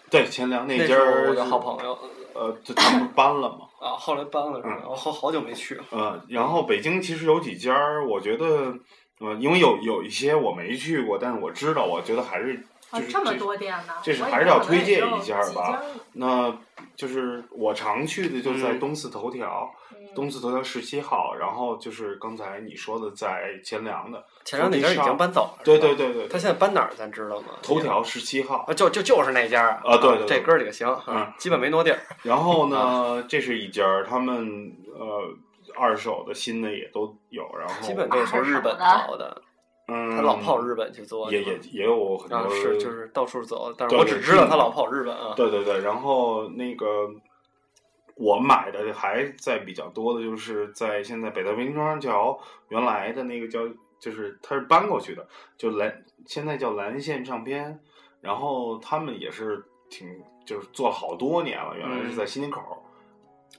F: 对前两那
D: 是
F: 家儿
D: 我的
F: 是
D: 好朋友
F: 呃，这他们搬了嘛，
D: 啊，后来搬了是吧？
F: 嗯
D: 我好好久没去了。
F: 呃，然后北京其实有几家儿，我觉得，呃，因为有有一些我没去过，但是我知道，我觉得还是
G: 啊
F: 就，是
G: 这么
F: 这
G: 多店呢，
F: 这是
G: 我以
F: 还是
G: 为
F: 要
G: 可能
F: 推
G: 也
F: 荐
G: 就
F: 一下儿
G: 几
F: 吧
G: 家儿
F: 那就是我常去的，就是在
D: 嗯
F: 东四头条，
G: 嗯
F: 东四头条十七号，然后就是刚才你说的在钱粮的，
D: 钱粮那家已经搬走了。
F: 对
D: 是吧
F: 对，对对，
D: 他现在搬哪儿咱知道吗？
F: 头条十七号。
D: 啊，就就就是那家
F: 啊对对对
D: 这哥儿几个行，啊
F: 嗯，
D: 基本没挪地儿。
F: 然后
D: 啊
F: 呢，这是一家儿，他们呃二手的、新的也都有，然后
D: 基本都是从日本淘的，
F: 嗯，
D: 他老跑日本去做，
F: 也也也有很
D: 啊
F: 多
D: 是就是到处走，但是
F: 对
D: 我
F: 对
D: 只知道他老跑日本啊。
F: 对对对，然后那个我买的还在比较多的，就是在现在北大滨双桥原来的那个叫，就是它是搬过去的，就蓝现在叫蓝线唱片，然后他们也是挺就是做了好多年了，原来是在西宁口儿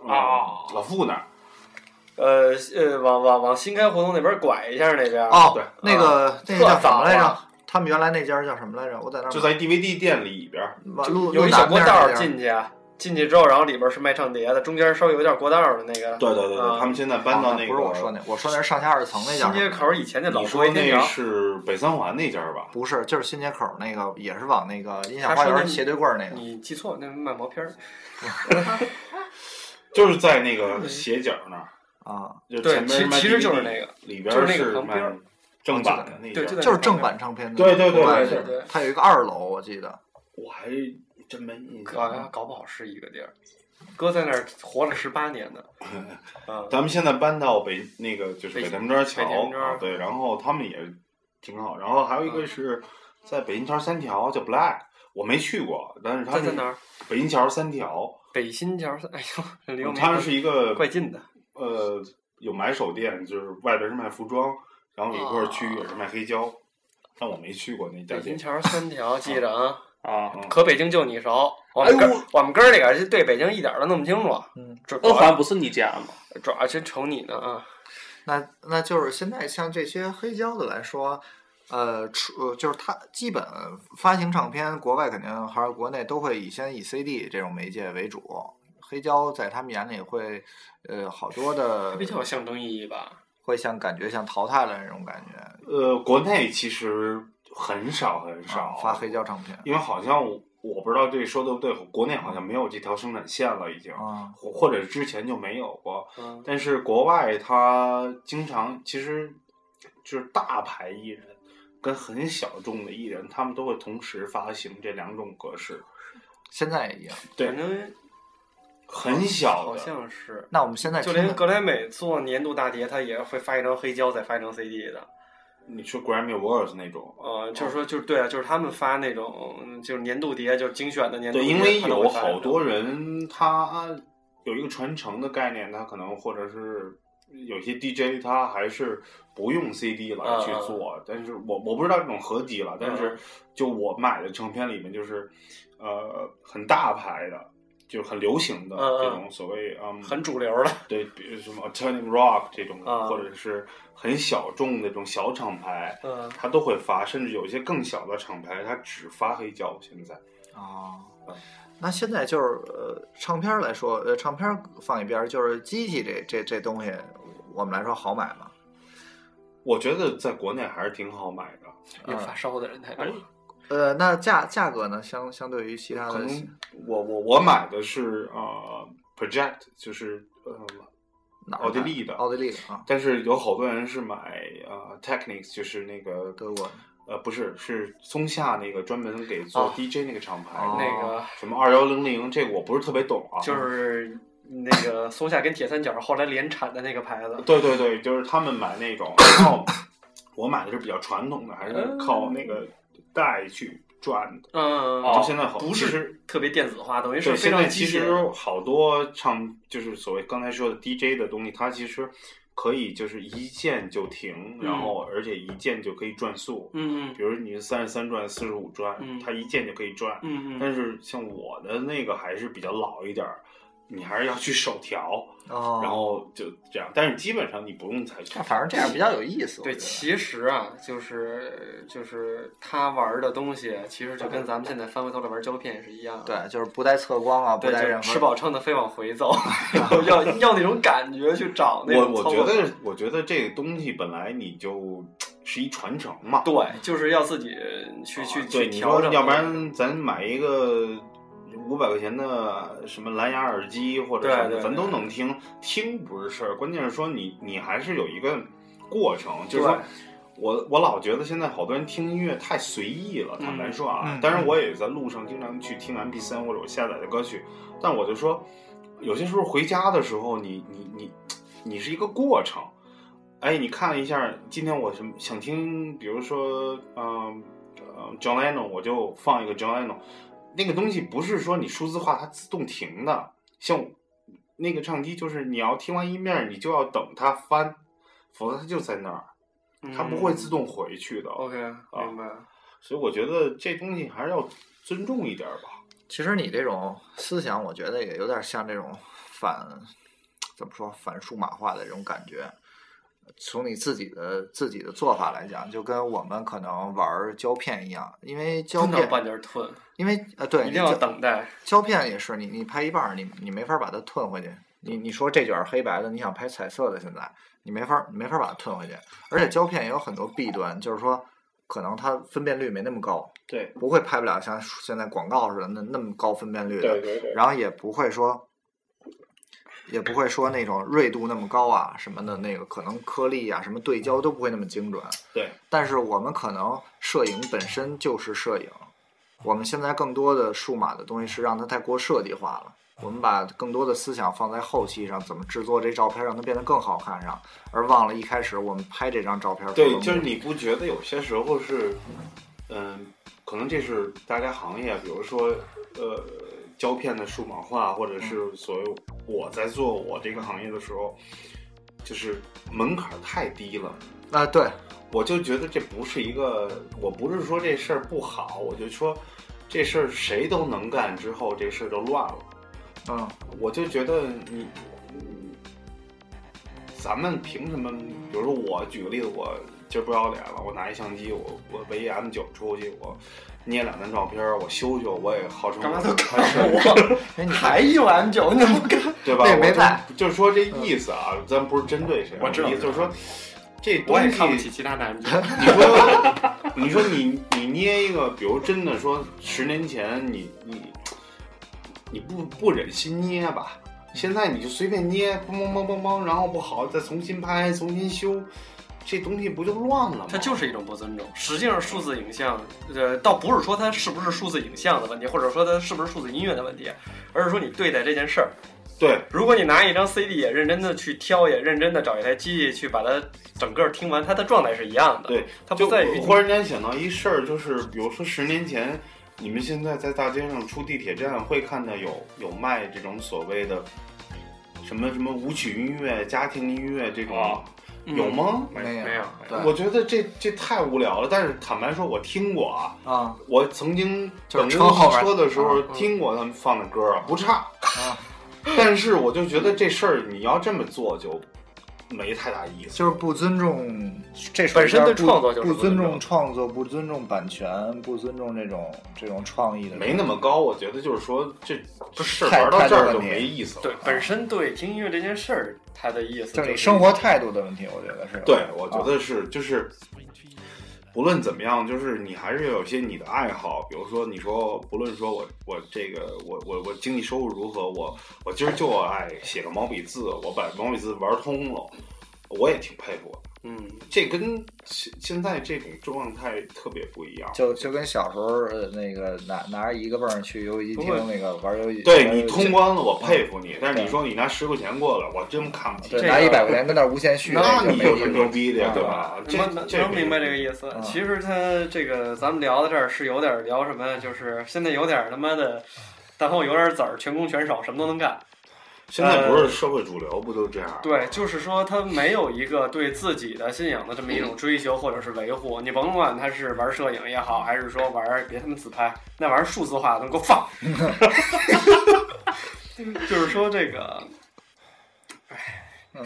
F: 嗯
D: 哦
F: 老傅那儿，
D: 呃呃，往往往新开胡同那边拐一下，那边
B: 哦
F: 对，
B: 那个那个叫
D: 特
B: 什
D: 早
B: 么来着
D: 啊？
B: 他们原来那家叫什么来着？我在那儿
F: 就在 DVD 店里边儿，
B: 马路
D: 有
B: 路
D: 一小
B: 南
D: 过
B: 面
D: 道
B: 那
D: 儿
B: 家
D: 进去，啊进去之后，然后里边是卖唱碟的，中间稍微有点过道儿的那个。
F: 对对对对，
D: 啊
F: 他们现在搬
B: 啊
F: 到那个
B: 不是我说那，我说那是上下二层那
D: 新
B: 叫什
D: 街
B: 么？
D: 口以前那老国
F: 你说
D: 一天
F: 那
D: 桥，
F: 是北三环那家儿吧？
B: 不是，就是新街口那个，也是往那个音
D: 他
B: 响
D: 说
B: 花
D: 那
B: 园斜对过儿那个。
D: 你记错，那是卖毛片儿。
F: 就是在那个斜角那儿。
B: 啊，
F: 就
D: 嗯对
F: 前
D: 其
F: 面卖
D: 其实就是
F: DVD
D: 那个就
F: 里边
D: 是那个
F: 是
D: 旁边
F: 卖正版的那
D: 对，
F: 家
D: 在
B: 就是
D: 那
B: 正
D: 旁边。
B: 版唱片的，
F: 对对对
B: 国外
F: 对
B: 的
D: 对对
B: 它有一个二楼，我记得。
F: 我还真没印
D: 搞呀
F: 象。
D: 搞不好是一个地儿，哥在那儿活了十八年呢。啊，
F: 咱们现在搬到北那个就是
D: 北
F: 北大门庄桥
D: 北大门庄
F: 啊对，然后他们也挺好。然后还有一个
D: 嗯
F: 是在北京桥三条叫 Black，我没去过，但是他
D: 他在
F: 们
D: 哪儿？
F: 北京桥三条，
D: 北新桥三，哎呦， *laughs* 离我们
F: 他们是一个
D: 怪近的。
F: 呃有买手店，就是外边是卖服装，然后有一块区域也是卖黑胶，但我没去过那家
D: 北新。
F: 店
D: 桥三条，记着啊。
C: 啊，
F: 嗯
D: 可北京就你熟，我们哥、
C: 哎呦
D: 我们哥儿几个是对北京一点儿都弄不清楚，
B: 嗯
D: 主主
C: 二
D: 要
C: 环不是你家吗？
D: 主要真瞅你呢啊，
B: 那那就是现在像这些黑胶的来说，呃，出呃就是它基本发行唱片，国外肯定还是国内都会以先以 CD 这种媒介为主。黑胶在他们眼里会，呃，好多的
D: 比较有象征意义吧。
B: 会像感觉像淘汰了那种感觉，
F: 呃，国内其实很少很
B: 啊
D: 哦
F: 少
B: 发黑胶唱片
F: 因为好像我我不知道这说对不对，国内好像没有这条生产线了，已经，
B: 啊，
F: 或或者之前就没有过。
D: 嗯，
F: 但是国外它经常其实就是大牌艺人跟很小众的艺人，他们都会同时发行这两种格式。
B: 现在也一样。
F: 对
D: 反正
F: 很小
D: 好
F: 的，
D: 像是，
B: 那我们现在
D: 就
B: 听
D: 连
B: 的
D: 格莱美做年度大碟，它也会发一张黑胶，再发一张 CD 的。
F: 你说 Grammy Awards 那种，
D: 呃，就是说，就是对啊，就是他们发那种嗯就是年度碟，就是精选的年度
F: 对，
D: 碟。
F: 因为
D: 他都会
F: 有
D: 发
F: 好多人他有一个传承的概念，他可能或者是有些 DJ 他还是不用 CD 来
D: 嗯
F: 去做，但是我我不知道这种合集了，但是就我买的唱片里面就是呃很大牌的。就是很流行的
D: 嗯嗯
F: 这种所谓嗯，
D: 很主流的，
F: 对，比如什么 Turning Rock 这种，
D: 啊
F: 或者是很小众的这种小厂牌，
D: 嗯，
F: 它都会发，甚至有一些更小的厂牌，它只发黑胶。现在
B: 哦
F: 嗯，
B: 那现在就是呃，唱片儿来说，呃，唱片儿放一边儿，就是机器这这这东西，我们来说好买吗？
F: 我觉得在国内还是挺好买的，
B: 嗯
D: 有发烧的人太
C: 哎
D: 多了。
B: 呃，那价价格呢？相相对于其他
F: 可
B: 的，
F: 能我我我买的是呃 Project，就是呃，
B: 哪儿
F: 奥地
B: 买
F: 利的
B: 奥地利的啊，
F: 但是有好多人是买呃 Technics，就是那个
B: 德国的
F: 呃不是是松下那个专门给做
D: 哦
F: DJ 那个厂牌，
B: 哦
D: 那个
F: 什么二幺零零，这个我不是特别懂啊，
D: 就是那个松下跟铁三角后来联产的那个牌子，
F: 对对对，就是他们买那种，然后我买的是比较传统的，还是靠那个带去转的。
D: 嗯，
F: 哦就现在好，
D: 不
F: 其实
D: 是特别电子化，等于
F: 对，
D: 是非
F: 现
D: 常
F: 在
D: 机
F: 其
D: 械
F: 实
D: 的。
F: 好多唱就是所谓刚才说的 DJ 的东西，它其实可以就是一键就停，然后而且一键就可以转速，
D: 嗯
F: 比如你是三十三转、四十五转
D: 嗯，
F: 它一键就可以转。
D: 嗯嗯嗯，
F: 但是像我的那个还是比较老一点儿，你还是要去手调，
B: 哦，
F: 然后就这样。但是基本上你不用采
B: 那反正这样比较有意思。我
D: 对，
B: 觉得
D: 其实啊，就是就是他玩的东西，其实就跟咱们现在翻回头来玩胶片也是一样的。
B: 对，就是不带测光啊，不
D: 对，
B: 带
D: 就
B: 任
D: 是
B: 何
D: 吃饱撑的非往回
F: *laughs*
D: 走，然后要要那种感觉去找那
F: 我
D: 种
F: 我
D: 操作。
F: 觉得，我觉得这个东西本来你就是一传承嘛，
D: 对，就是要自己去去
F: 啊
D: 去
F: 对，你
D: 调
F: 说
D: 整，
F: 要不然咱买一个五百块钱的什么蓝牙耳机或者
D: 对
F: 什么
D: 对
F: 的，咱
D: 对
F: 都能听，听不是事儿，关键是说你你还是有一个过程，就是说
D: 对。
F: 我我老觉得现在好多人听音乐太随意了，坦白说啊，
B: 嗯嗯
F: 当然我也在路上经常去听 MP 3或者我下载的歌曲，但我就说，有些时候回家的时候你，你你你是一个过程。哎，你看一下，今天我什么想听，比如说，嗯、呃，John Lennon，我就放一个 John Lennon。那个东西不是说你数字化它自动停的，像那个唱机就是你要听完一面，你就要等它翻，否则它就在那儿，它不会自
D: 动。
F: 动回去的。
D: OK，明
F: 啊
D: 白。
F: 所以我觉得这东西还是要尊重一点吧。
B: 其实你这种思想，我觉得也有点像这种反，怎么说反数码化的这种感觉。从你自己的自己的做法来讲，就跟我们可能玩胶片一样，因为胶
D: 真的
B: 片，
D: 半截儿吞，
B: 因为呃，对，
D: 一定要
B: 胶
D: 等待。
B: 胶片也是，你你拍一半儿，你你没法把它吞回去。你你说这卷儿黑白的，你想拍彩色的，现在你没法你没法把它吞回去。而且胶片也有很多弊端，就是说可能它分辨率没那么高，
F: 对，
B: 不会拍不了像现在广告似的那那么高分辨率的。
F: 对对对。
B: 然后也不会说，也不会说那种锐度那么高啊什么的，那个可能颗粒啊什么对焦都不会那么精准。
F: 对。
B: 但是我们可能摄影本身就是摄影，我们现在更多的数码的东西是让它太过设计化了。我们把更多的思想放在后期上，怎么制作这照片让它变得更好看上，而忘了一开始我们拍这张照片时候的
F: 对，
B: 目
F: 就是
B: 的
F: 你不觉得有些时候是，嗯，可能这是大家行业，比如说，呃，胶片的数码化，或者是所谓我在做我这个行业的时候，就是门槛太低了。
B: 啊，对，
F: 我就觉得这不是一个，我不是说这事儿不好，我就说这事儿谁都能干，之后这事儿就乱了。
B: 嗯，
F: 我就觉得你，嗯咱们凭什么？比如说我举个例子，我今儿不要脸了，我拿一相机，我我背一 M 九出去，我捏两张照片，我修修，我也号称
D: 干嘛
F: 我
D: 都
F: 是
D: *laughs* 我
B: 哎，你
D: 还一碗酒，你不干？
F: 对吧？
B: 那也
F: 我
B: 没
F: 就
B: 办
F: 就是说这意思啊，咱不是针对谁啊，
D: 我知道
F: 意思就是说这东
D: 我也
F: 西
D: 看不起其他男人。
F: 你说，你说你你捏一个，比如真的说十年前你你你不不忍心捏吧，现在你就随便捏，梆梆梆梆梆，然后不好再重新拍，重新修，这东西不就乱了吗？
D: 它就是一种不尊重。实际上，数字影像，呃，倒不是说它是不是数字影像的问题，或者说它是不是数字音乐的问题，而是说你对待这件事儿，
F: 对，
D: 如果你拿一张 CD 也认真的去挑，也认真的找一台机器去把它整个听完，它的状态是一样的。
F: 对，
D: 它不
F: 就
D: 在于
F: 我忽然间想到一事儿，就是比如说十年前，你们现在在大街上出地铁站会看到有有卖这种所谓的什么什么舞曲音乐、家庭音乐这种，
C: 啊
D: 嗯
F: 有吗？
B: 没有
D: 没有
F: 我觉得这这太无聊了，但是坦白说，我听过啊，
B: 啊，
F: 我曾经
B: 就是
F: 等
B: 车
F: 公
B: 后
F: 交
B: 边
F: 车的时候
B: 啊
D: 嗯
F: 听过他们放的歌啊，不差
B: 啊。
F: 但是我就觉得这事儿你要这么做就没太大意思。
B: 就是不尊重这首
D: 本身
B: 歌
D: 对
B: 不
D: 创作就是
B: 不
D: 不
B: 尊
D: 尊重
B: 重创作，不尊重版权，不尊重这种这种创意的，
F: 没那么高，我觉得就是说这这事儿
B: 太
F: 玩到
B: 太
F: 这
B: 大
F: 儿
B: 问
F: 就
B: 题
F: 没意思了。
D: 对本身对听音乐这件事儿，它的意思
B: 就是
D: 是
B: 你生活态度的问题，我觉得是。
F: 对，我觉得是，就是不论怎么样，就是你还是要有些你的爱好，比如说你说，不论说我我这个我我我经济收入如何，我我今儿就爱写个毛笔字，我把毛笔字玩通了，我也挺佩服的。
D: 嗯，
F: 这跟现现在这种状态特别不一样。
B: 就就跟小时候呃那个拿拿着一个泵去游戏机
D: 不
B: 厅那个玩游戏，
F: 对
B: 玩游戏
F: 你通关了，我佩服你，但是你
B: 呃对
F: 说你拿十块钱过来，我真看不起
B: 对
D: 这
F: 你。
D: 个
B: 拿一百块钱跟那儿无限续，
F: 那
B: 这个
F: 你
B: 没
F: 就
B: 意
F: 是
B: 思
F: 牛逼的呀，对吧？这
D: 能能
F: 这
D: 能明白这
F: 个
D: 个意思。
B: 嗯
D: 其实它这个咱们聊到这儿是有点聊什么，就是现在有点他妈的，蛋后有点籽儿，全攻全守，什么都能干。
F: 现在不是社会主流，不都这样吗？
D: 对，就是说他没有一个对自己的信仰的这么一种追求或者是维护。你甭管他是玩摄影也好，还是说玩儿别他妈自拍，那玩意儿数字化的，你给我放。就是说这个，哎
B: 嗯，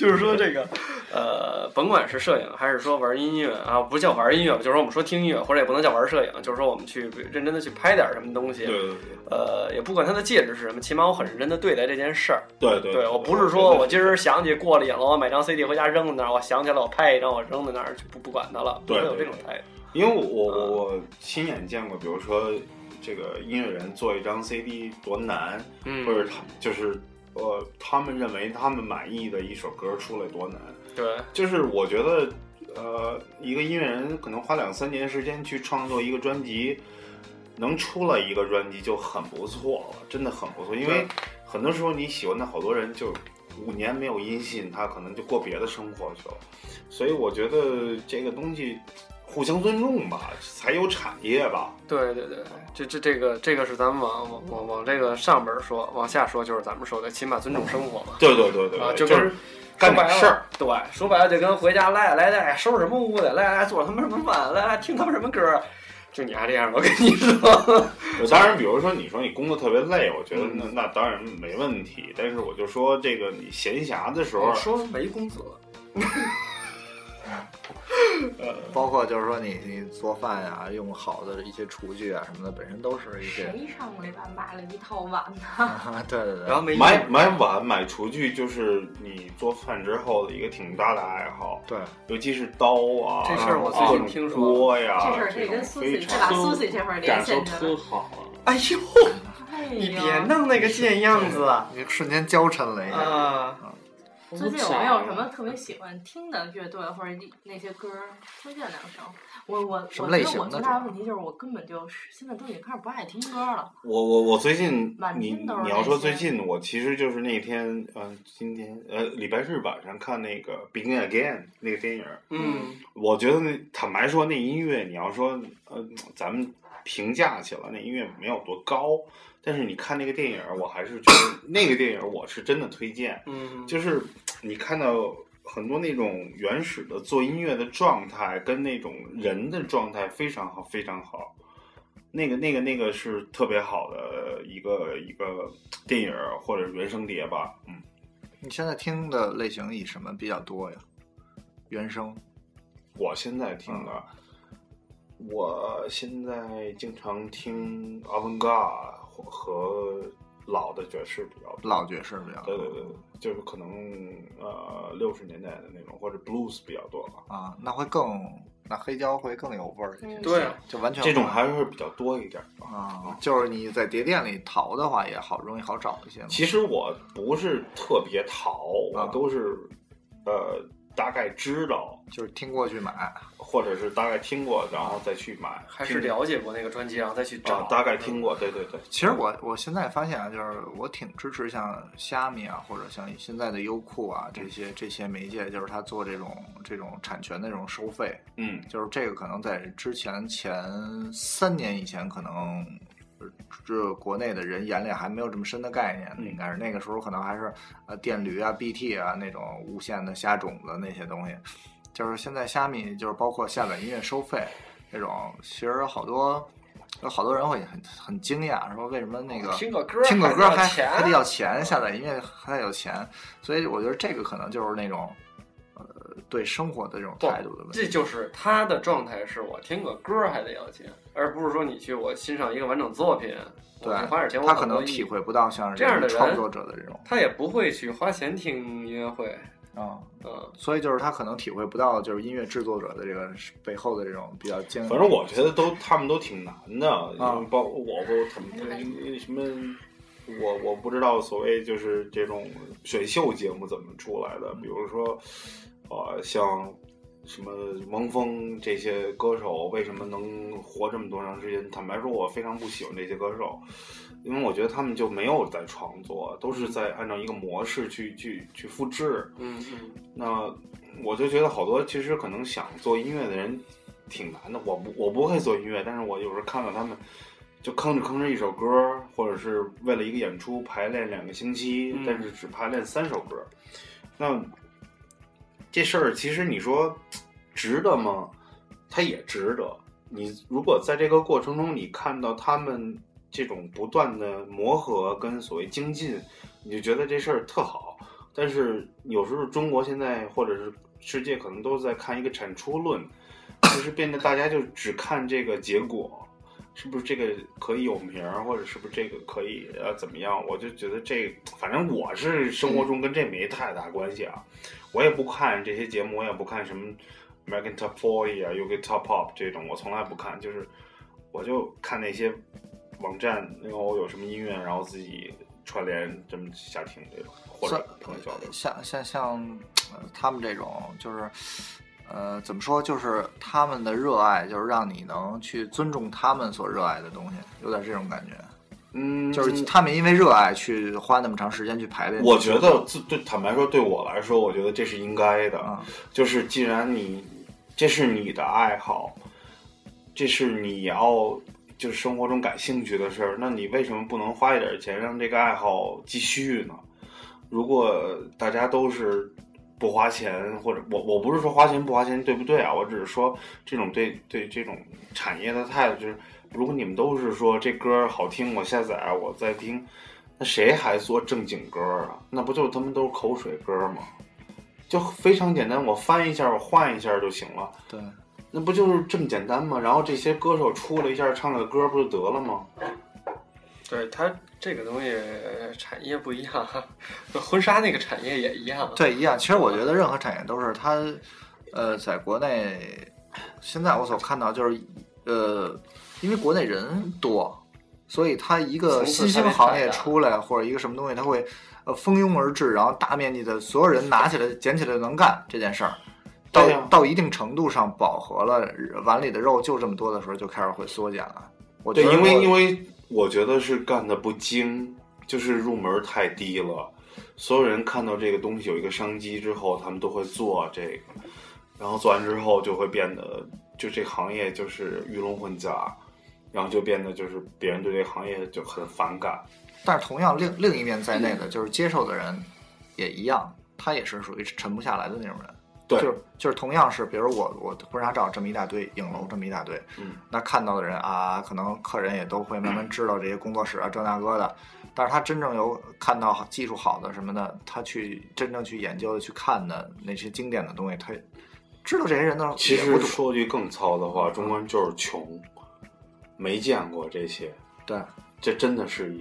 D: 就是说这个，呃，甭管是摄影还是说玩音乐啊，不叫玩音乐吧，就是说我们说听音乐，或者也不能叫玩摄影，就是说我们去认真的去拍点儿什么东西
F: 对。对
D: 呃，也不管它的介质是什么，起码我很认真的对待这件事儿。
F: 对对
D: 对我不是说我今儿想起过了瘾了，我买张 CD 回家扔在那儿，我想起来我拍一张，我扔在那儿就不不管它了，不
F: 对
D: 会有
F: 对
D: 这种态度。
F: 因为我我我
D: 嗯
F: 我亲眼见过，比如说这个音乐人做一张 CD 多难，
D: 嗯
F: 或者他就是呃他们认为他们满意的一首歌出来多难，
D: 对，
F: 就是我觉得呃一个音乐人可能花两三年时间去创作一个专辑，能出来一个专辑就很不错了，真的很不错。因为
D: 对
F: 很多时候你喜欢的好多人就五年没有音信，他可能就过别的生活去了。所以我觉得这个东西互相尊重吧，才有产业吧。
D: 对对对，这这这个这个是咱们往往往往这个上边儿说，往下说就是咱们说的，起码尊重生活嘛。
F: 对对对对，
D: 啊，
F: 对就是
D: 跟
F: 干
D: 说白
F: 点
D: 了
F: 事儿。，
D: 对，说白了就跟回家来来来收拾什么屋子，来来做他妈什么饭，来来听他们什么歌儿，就你还这样，我跟你说，
F: 我当然，比如说你说你工作特别累，我觉得那那当然没问题。但是我就说这个你闲暇的时候
D: 我，说没工作，
B: 包括就是说你你做饭呀、用好的一些厨具啊什么的，本身都是一些，啊
G: 谁上个礼拜买了一套碗呢？
B: 对对对，
D: 然后没
F: 买买碗、买厨具，就是你做饭之后的一个挺大的爱好，
B: 对，
F: 尤其是刀啊，
D: 这事儿我
F: 然后
D: 最近
F: 各种
D: 听说
F: 锅呀，
G: 这事儿可以
F: 种
G: 跟苏
F: 非
G: c 这
F: 常
G: 把苏 c 这块儿联
C: 感受
G: 系起来
C: 特
G: 了。
C: 好啊。
D: 哎呦，
G: 哎
D: 你
G: 呦，
D: 别弄那个贱样子啊！
G: 嗯
B: 你瞬间娇嗔了一下。
D: 啊，
G: 最近有没有什么特别喜欢听的乐队或者那些歌儿推荐两首？我我
B: 什么
G: 我觉
B: 类
G: 得
B: 型
G: 我
B: 的
G: 最
B: 主
G: 大
B: 要
G: 的问题就是我根本就是现在都已经开始不爱听歌了。
F: 我我我最近
G: 满
F: 你
G: 天都是
F: 你要说
G: 那些
F: 最近，我其实就是那天呃，今天呃礼拜日晚上看那个《Begin Again》那个电影，
D: 嗯，
F: 我觉得那坦白说，那音乐你要说呃，咱们评价起来，那音乐没有多高，但是你看那个电影，我还是觉得那个电影我是真的推荐，
D: 嗯，
F: 就是你看到很多那种原始的做音乐的状态，跟那种人的状态非常好，非常好。那个、那个、那个是特别好的一个一个电影儿或者原声碟吧，嗯，
B: 你现在听的类型以什么比较多呀？原声
F: 我现在听的，我现在经常听 avant-garde 和老的爵士比较多。
B: 老爵士比较
F: 对
B: 多
F: 对对，就是可能呃六十年代的那种或者 blues 比较多吧，
B: 啊，那会更那黑胶会更有味儿一些，
G: 嗯
D: 对，
B: 就完全
F: 这种还是比较多一点吧。
B: 啊，就是你在碟店里淘的话也好，容易好找一些嘛。
F: 其实我不是特别淘，我
B: 啊
F: 都是呃大概知道，
B: 就是听过去买，
F: 或者是大概听过，然后再去买，
D: 还是了解过那个专辑，然后再去找。
F: 啊，大概听过，对对对，
B: 其实我我现在发现啊，就是我挺支持像虾米啊，或者像现在的优酷啊这些这些媒介，就是他做这种这种产权的这种收费，
F: 嗯，
B: 就是这个可能在之前前三年以前可能。呃这国内的人眼里还没有这么深的概念，应该是那个时候可能还是呃电驴啊、BT 啊那种无线的虾种子那些东西，就是现在虾米就是包括下载音乐收费这种，其实好多有好多人会很很惊讶，说为什么那个
D: 哦听个歌，
B: 听个歌还
D: 钱
B: 还得要钱，啊下载音乐还得有钱，所以我觉得这个可能就是那种呃对生活的这种态度的问题。
D: 这就是他的状态，是我听个歌还得要钱，而不是说你去我欣赏一个完整作品，我
B: 对
D: 去花点钱，我
B: 他可能
D: 乐意
B: 体，会不到像是
D: 这样的人
B: 创作者的这种
D: 他也不会去花钱听音乐会，
B: 啊。
D: 嗯，
B: 所以就是他可能体会不到，就是音乐制作者的这个背后的这种比较艰难。
F: 反正我觉得都他们都挺难的，
B: 啊
F: 包我不他们什么，我我不知道所谓就是这种选秀节目怎么出来的，比如说，呃，像什么汪峰这些歌手为什么能活这么多长时间？坦白说，我非常不喜欢这些歌手，因为我觉得他们就没有在创作，都是在按照一个模式去去去复制，
D: 嗯嗯，
F: 那我就觉得好多其实可能想做音乐的人挺难的。我不我不会做音乐，但是我有时候看到他们就吭哧吭哧一首歌，或者是为了一个演出排练两个星期，
D: 嗯
F: 但是只排练三首歌。那这事儿其实你说值得吗？它也值得。你如果在这个过程中，你看到他们这种不断的磨合跟所谓精进，你就觉得这事儿特好。但是有时候中国现在或者是世界可能都在看一个产出论，就是变得大家就只看这个结果，是不是这个可以有名儿，或者是不是这个可以呃怎么样？我就觉得这反正我是生
B: 嗯
F: 活中跟这没太大关系啊，我也不看这些节目，我也不看什么 American Top Forty 啊、UK Top Pop 这种，我从来不看，就是我就看那些网站，然后有什么音乐，然后自己串联这么瞎听这种，或者
B: 算呃
F: 开玩笑的。
B: 像像像、呃他们这种，就是呃，怎么说，就是他们的热爱，就是让你能去尊重他们所热爱的东西，有点这种感觉。
F: 嗯，
B: 就是他们因为热爱去花那么长时间去排练。
F: 我觉得自对坦白说，对我来说，我觉得这是应该的。
B: 啊，
F: 就是既然你这是你的爱好，这是你要就是生活中感兴趣的事儿，那你为什么不能花一点钱让这个爱好继续呢？如果大家都是不花钱，或者我我不是说花钱不花钱对不对啊？我只是说这种对对这种产业的态度，就是如果你们都是说这歌好听，我下载啊我再听，那谁还做正经歌啊？那不就他们都是口水歌吗？就非常简单，我翻一下，我换一下就行了，
B: 对，
F: 那不就是这么简单吗？然后这些歌手出了一下唱个歌不就得了吗？
D: 对他这个东西呃产业不一样，婚纱那个产业也一样，
B: 对，一样。其实我觉得任何产业都是它，呃，在国内现在我所看到就是，呃，因为国内人多，所以它一个
D: 层次
B: 新
D: 特
B: 兴
D: 别
B: 行
D: 大
B: 业
D: 呀
B: 出来或者一个什么东西，它会呃蜂拥而至，然后大面积的所有人拿起来捡起来就能干这件事儿。到
F: 对呀
B: 到一定程度上饱和了，碗里的肉就这么多的时候，就开始会缩减了。我觉
F: 对，
B: 得
F: 因为因
B: 为
F: 为我觉得是干的不精，就是入门太低了。所有人看到这个东西有一个商机之后，他们都会做这个，然后做完之后就会变得，就这个行业就是鱼龙混杂，然后就变得就是别人对这个行业就很反感。
B: 但是同样另另一面在内
F: 嗯
B: 的就是接受的人也一样，他也是属于沉不下来的那种人。
F: 对，
B: 就是就是同样是，比如我我婚纱照这么一大堆，影楼这么一大堆，
F: 嗯，
B: 那看到的人啊，可能客人也都会慢慢知道这些工作室啊这那个的，但是他真正有看到好技术好的什么的，他去真正去研究的去看的那些经典的东西，他知道这些人的
F: 其
B: 也不
F: 实
B: 多
F: 说句更糙的话，中国人就是穷，没见过这些，
B: 对，
F: 这真的是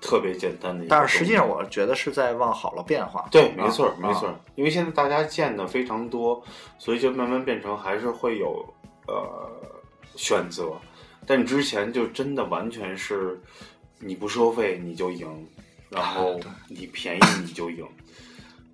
F: 特别简单的一个东西。
B: 但是实际上我觉得是在往好了变化。
F: 对，
B: 啊
F: 没错儿，没错儿，
B: 啊
F: 因为现在大家见的非常多，所以就慢慢变成还是会有呃选择，但之前就真的完全是
D: *laughs*
F: 你不收费你就赢，然后你便宜你就赢，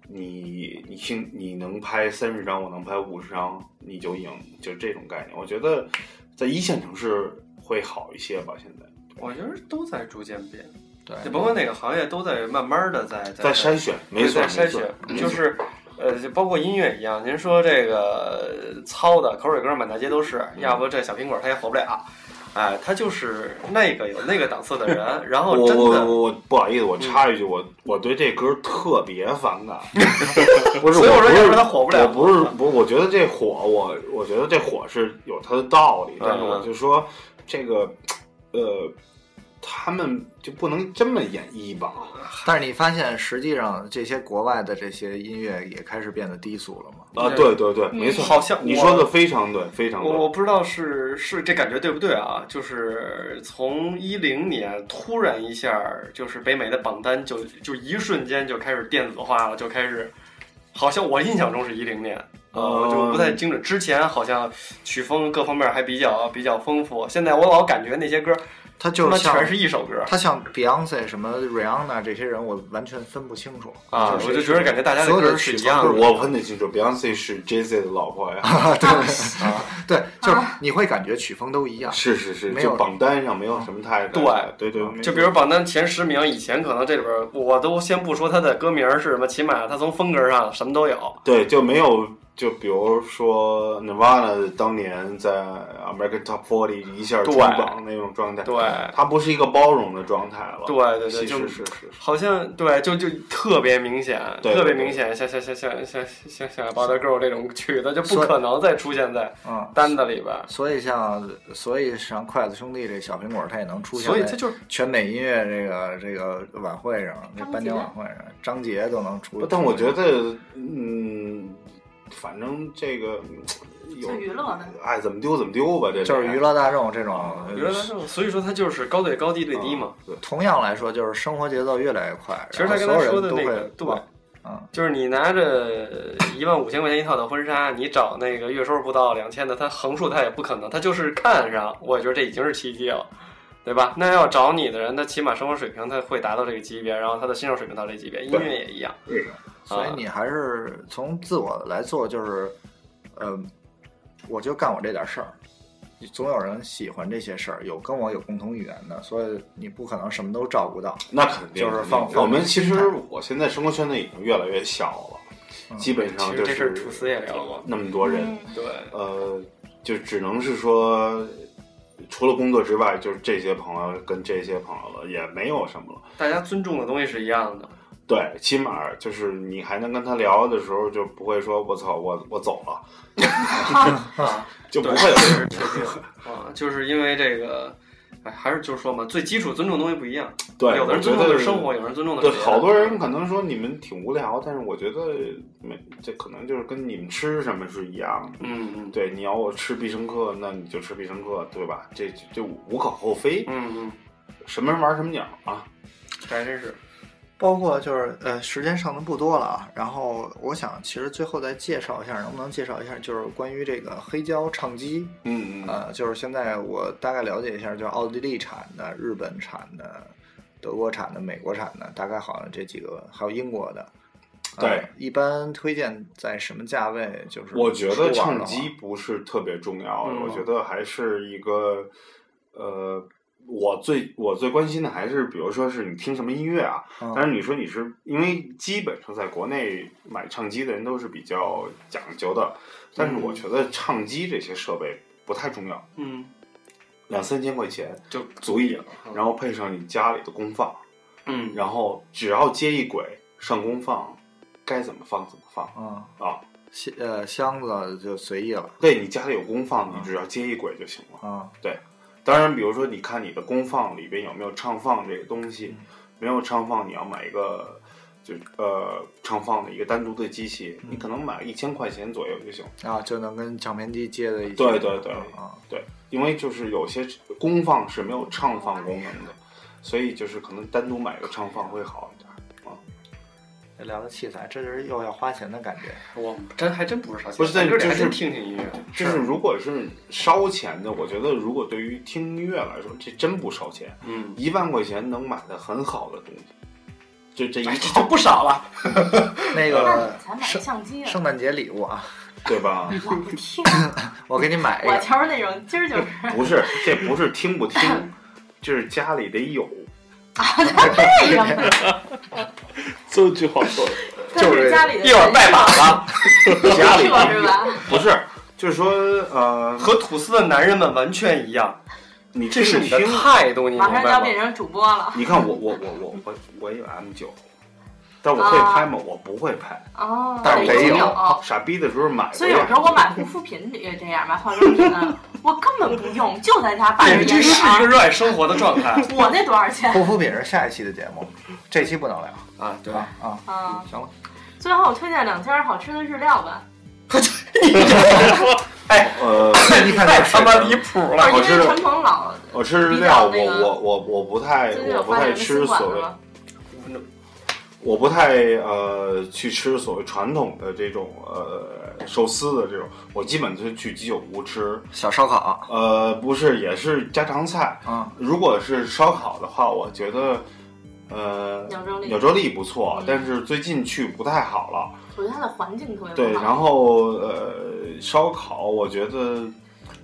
F: 你你兴你能拍三十张，我能拍五十张，你就赢，就这种概念。我觉得在一线城市会好一些吧，现在
D: 我觉得都在逐渐变，
B: 对
D: 就甭管哪个行业，都在慢慢的在
F: 在筛选，没
D: 对
F: 错
D: 在
F: 没
D: 筛
F: 错
D: 选，，就是呃，就包括音乐一样，您说这个呃糙的口水歌满大街都是，
F: 嗯
D: 要不这小苹果它也火不了。哎，他就是那个有那个档次
F: *laughs*
D: 的人，然后
F: 我
D: 哦真
F: 我
D: 的，
F: 我我不好意思，我插一句，我我对这歌特别反感。不是，
D: 所以
F: 我
D: 我说
F: 不
D: 要不
F: 是
D: 然它火不了
F: 我不是不，我觉得这火，我我觉得这火是有它的道理，
D: 嗯
F: 但是我就说这个，呃，他们就不能这么演绎吧？
B: 但是你发现，实际上这些国外的这些音乐也开始变得低俗了嘛？
F: 啊，对对对，没错，
D: 嗯好像
F: 你
D: 我
F: 说的非常对，非常
D: 我我
F: 对。
D: 不知道是是这感觉对不对啊？就是从一零年突然一下儿，就是北美的榜单就就一瞬间就开始电子化了，就开始，好像我印象中是一零年，呃，我就不太精准。之前好像曲风各方面还比较比较丰富，现在我老感觉那些歌儿
B: 它就
D: 他妈
B: 是像
D: 全是一首歌儿
B: 它像 Beyonce 什么 Rihanna 这些人，我完全分不清楚
D: 啊，我就觉得感觉大家的
B: 所有
D: 歌
B: 的
D: 儿是
B: 曲
D: 一
B: 风
D: 样
B: 都
D: 的
B: 是。
F: 我分得清楚，Beyonce 是 Jay Z 的老婆
D: *laughs*
F: 呀，
B: 对，就是你会感觉曲风都一样。
F: 是是是，
B: 没有
F: 就榜单上没有什么太大对对对，
D: 就比如榜单前十名，以前可能这里边儿我都先不说他的歌名儿是什么，起码他从风格上什么都有。
F: 对，就没有就比如说 Nirvana 当年在 American Top Forty 一下
D: 对
F: 冲榜那种状态，
D: 对
F: 它不是一个包容的状态了。
D: 对对对，
F: 其
D: 就
F: 实是是
D: 好像对，就就特别明显，
F: 对
D: 特别
F: 对
D: 明显，像像像像像像像《b o t t e Girl》这种曲子就不可能再出现在
B: 嗯，
D: 单子里边儿，
B: 所以像所以像筷子兄弟这小苹果，它也能出现
D: 所以
B: 在
D: 这就是
B: 全美音乐这个这个晚会上，那颁奖晚会上，张杰都能出
F: 是。。但我觉得，嗯，反正这个嗯有
G: 就娱乐的
F: 哎，怎么丢怎么丢吧，这啊个
B: 就是娱乐大众这种，
D: 娱乐大众，所以说它就是高对高低对低嘛。。
F: 对，
B: 同样来说，就是生活节奏越来越快，
D: 其实他
B: 然后
D: 刚才
B: 所有
D: 说的
B: 人都
D: 那
B: 会
D: 个，对，
B: 往嗯，
D: 就是你拿着一万五千块钱一套的婚纱，你找那个月收入不到两千的，他横竖他也不可能，他就是看上，我觉得这已经是奇迹了。对吧？那要找你的人，他起码生活水平他会达到这个级别，然后他的欣赏水平到这级别，音乐也一样。
B: 所以你还是从自我来做，就是，呃，我就干我这点事儿，总有人喜欢这些事儿，有跟我有共同语言的，所以你不可能什么都照顾到。
F: 那肯定
B: 就是放
F: 我们其
B: 放
F: 实我现在生活圈子已经越来越小了，
B: 嗯
F: 基本
D: 其
F: 上
D: 实
F: 就
D: 这事
F: 是
D: 儿楚辞也聊过，
F: 那么多
G: 嗯
F: 人，
D: 对，
F: 呃，就只能是说，除了工作之外，就是这些朋友跟这些朋友了，也没有什么了。
D: 大家尊重的东西是一样的。
F: 对，起码就是你还能跟他聊的时候，就不会说我操，我我走了，啊就不会有这种。
D: 啊，就是因为这个，哎，还是就是说嘛，最基础尊重的东西不一样。*laughs*
F: 对，
D: 有的
F: 我
D: 人
F: 觉
D: 尊重的
F: 得
D: 是生活，有人尊重的是
F: 对，
D: 别的嗯
F: 好多人可能说你们挺无聊，但是我觉得没，这可能就是跟你们吃什么是一样的。
D: 嗯嗯
F: 对，你要我吃必胜客，那你就吃必胜客，对吧？这这这无可厚非，
D: 嗯嗯，
F: 什么人玩什么鸟啊？
D: 还真是。
B: 包括就是呃，时间剩的不多了啊。然后我想，其实最后再介绍一下，能不能介绍一下，就是关于这个黑胶唱机，
F: 嗯嗯，
B: 呃，就是现在我大概了解一下，就是奥地利产的、日本产的、德国产的、美国产的，大概好像这几个，还有英国的。呃
F: 对，
B: 一般推荐在什么价位？就是
F: 我觉
B: 出
F: 得
B: 网的
F: 唱
B: 话
F: 机不是特别重要，
D: 嗯
F: 我觉得还是一个，呃，我最我最关心的还是，比如说是你听什么音乐啊。
B: 嗯
F: 但是你说你是因为基本上在国内买唱机的人都是比较讲究的，但是我觉得唱机这些设备不太重要，
D: 嗯，
F: 两三千块钱
D: 就
F: 足以了。
D: 嗯
F: 然后配上你家里的功放，
D: 嗯，
F: 然后只要接一轨上功放，该怎么放怎么放
B: 啊，
F: 啊。
B: 箱呃箱子就随意了
F: 对你家里有功放，你只要接一轨就行了。
B: 啊。
F: 当然，比如说，你看你的功放里边有没有唱放这个东西，
D: 嗯
F: 没有唱放，你要买一个就呃唱放的一个单独的机器，
D: 嗯
F: 你可能买一千块钱左右就行。
B: 啊，就能跟唱片机接在一起。
F: 对对对
B: 啊，
F: 对，因为就是有些功放是没有唱放功能
D: 嗯
F: 的，所以就是可能单独买个唱放会好一点。啊，
B: 聊的器材，这就是又要花钱的感觉。
F: *laughs*
D: 我真还真不是啥钱，
F: 不是但是
D: 哥俩
F: 就
D: 还
F: 是
D: 真听听音乐。
F: 就是如果是烧钱的，我觉得如果对于听音乐来说，这真不烧钱，
D: 嗯，
F: 一万块钱能买的很好的东西。
B: 就这一
D: 哎就不少了。
B: 那
F: 呃
G: 那
B: 个
G: 你才买相机啊？
B: 圣诞节礼物啊，
F: 对吧？
G: 我不听，
B: 我给你买一
G: 我
B: 个。
G: 就是那种今儿就是 *laughs*
F: 不是，这不是听不听，就是家里得
G: *laughs*
F: 有。
G: 那个，
C: 这句话说的，
G: 但是家里的
D: 一会儿拜把了，
F: 家里
G: 是吧？
F: 不是，就是说呃，
D: 和吐司的男人们完全一样，
F: 你
D: 这是你的
F: 听
D: 态度，你明
G: 马上
D: 白
G: 就
D: 吗
G: 要？变成主播了
F: 你看我我我我我我有 M 九，但我会拍吗？我不会拍。
G: 啊哦，
B: 但是
G: 已
B: 得
G: 经
B: 有
G: 有。
F: 傻逼的时候买过呀。
G: 所以有时候我买护肤品也这样，买化妆品呢，我根本不用，就在家办着
D: *laughs* 对，
G: 眼
D: 这是一个
G: 影。
D: 热爱生活的状 *laughs* 态
G: 我那多少钱？ *laughs*
B: 护肤品是下一期的节目，这期不能聊
D: 啊！对， *laughs*
B: 啊啊！
G: 嗯，
B: 行了，
G: 最后我推荐两家好吃的日料吧，
F: 呃，
B: 一
F: *laughs*
B: 看就是
D: 他妈离谱
G: 哦因
D: 了！
F: 好
G: 为
F: 吃的
G: 传统老
F: 我吃日料，
G: 比较那
F: 我
G: 个
F: 我我我不太
G: 最近
F: 我
G: 有
F: 不
G: 发
F: 太
G: 现新
F: 吃
G: 馆
F: 所
G: 子
F: 谓
G: 吗？
F: 我不太呃去吃所谓传统的这种呃寿司的这种，我基本就是去居酒屋吃。
B: 小烧烤，啊
F: 呃，不是，也是家常菜。
B: 嗯，
F: 如果是烧烤的话，我觉得呃
G: 鸟粥里，
F: 鸟
G: 我
F: 洲利不错
G: 嗯，
F: 但是最近去不太好了。
G: 觉得它的环境特别
F: 对，
G: 不好
F: 然后呃，烧烤我觉得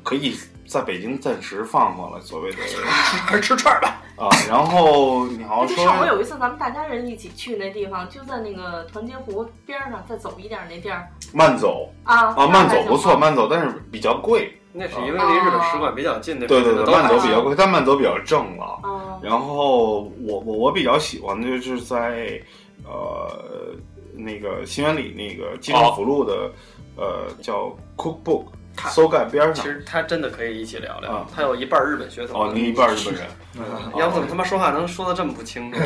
F: 可以在北京暂时放放了，所谓的
B: 还是吃串儿吧。
F: 啊。然后你好
G: 而
F: 像
G: 且上回
F: 说
G: 有一次咱们大家人一起去那地方，就在那个团结湖边儿上，再走一点儿那地儿
F: 慢走
G: 啊
F: 啊，慢走不错，
G: 慢
F: 慢走，但是比较贵。
D: *laughs* 那是因为离日本使馆比较近，那
F: 对对
D: 附近的啊
F: 对，
D: 都
F: 慢走
D: 还
F: 比较贵，但慢走比较正了。
G: 哦，
F: 然后我我我比较喜欢的就是在呃那个新源里那个金城福路的、呃叫 Cookbook
D: 看
F: 搜盖边
D: 其
F: 上。
D: 实他真的可以一起聊聊
F: 啊，
D: 他有一半日本血统。
F: 哦，你一半儿日本人，
D: 杨总他妈说话能说的这么不 *laughs* 清楚？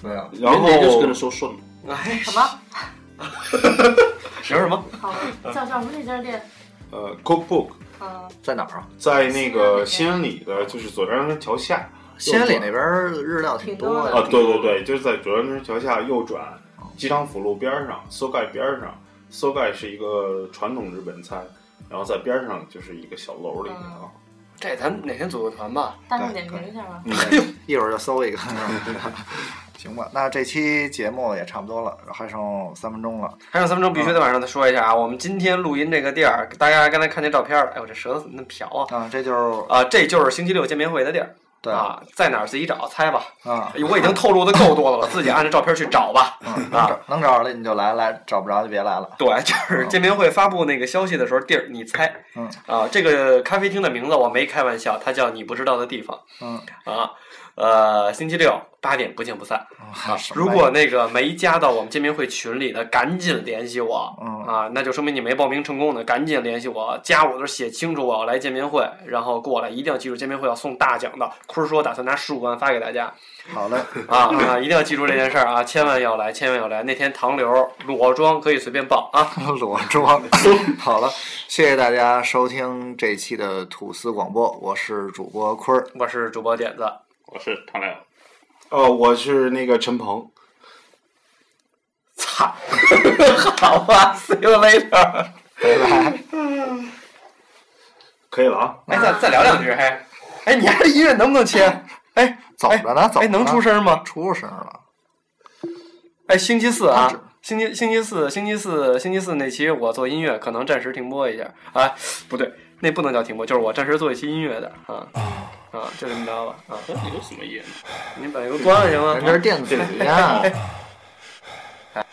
B: 对啊，
F: 然后
C: 人家就是跟他说顺了，
D: 哎，
G: 什么？
D: 什么什么？
G: 好叫叫什么那家店？
F: 呃 Cookbook
G: 嗯，
B: 在哪儿啊？
F: 在那个新安里的，就是左张村桥下
B: 西安里那边儿日料挺多
F: 啊，
B: 的，
F: 对对对，就是在左张村桥下右转，机场辅路边儿上，搜盖边儿上，搜盖是一个传统日本菜，然后在边儿上就是一个小楼里面啊，
D: 这咱哪天组个团吧？
G: 大众点评一下吧。
B: 一会儿就搜一个。行吧，那这期节目也差不多了，还剩三分钟了。
D: 还有三分钟，必须得晚上再说一下啊！我们今天录音这个地儿，大家刚才看那照片儿，哎，我这舌头怎么那么瓢啊？
B: 啊，这就是
D: 啊，这就是星期六见面会的地儿
B: 对啊
D: 啊，在哪儿自己找猜吧。
B: 啊，
D: 哎我已经透露的够多的了，自己按着照片去找
B: *laughs*
D: 吧。
B: 嗯能
D: 啊
B: 找能找着了你就来，来找不着就别来了。
D: 对，就是见面会发布那个消息的时候，地儿你猜。
B: 嗯
D: 啊，这个咖啡厅的名字我没开玩笑，它叫你不知道的地方
B: 嗯，
D: 啊。呃，星期六八点不见不散啊
B: 啊！
D: 如果那个没加到我们见面会群里的，赶紧联系我。
B: 嗯
D: 啊，那就说明你没报名成功的，赶紧联系我，加我的写清楚我要来见面会，然后过来，一定要记住见面会要送大奖的。坤儿说打算拿十五万发给大 *laughs* 家
B: 好嘞，
D: 啊啊，一定要记住这件事儿啊，千万要来，千万要来。那天唐流裸妆可以随便报啊，
B: 裸妆。 *laughs* 好了，谢谢大家收听这期的吐司广播，我是主播坤儿。
D: 我是主播点子，
C: 我是唐亮。
F: 哦，我是那个陈鹏，
D: 操，好吧，see you later。
F: 可以了啊。
D: *laughs* 哎，再再聊两句，嘿，哎，你还这音乐能不能切？哎，
B: 走着呢，走
D: 哎，
B: 着呢
D: 能出声吗？
B: 出声了。
D: 哎，星期四
B: 他
D: 啊
B: 只，
D: 星期星期四，星期四，星期四那期我做音乐，可能暂时停播一下啊，不对，那不能叫停播，就是我暂时做一期音乐的啊啊，就这么着吧啊，
C: 你都什么意思？
D: 你把油关了行吗 *laughs*
B: 咱？这是电子烟。
F: 哎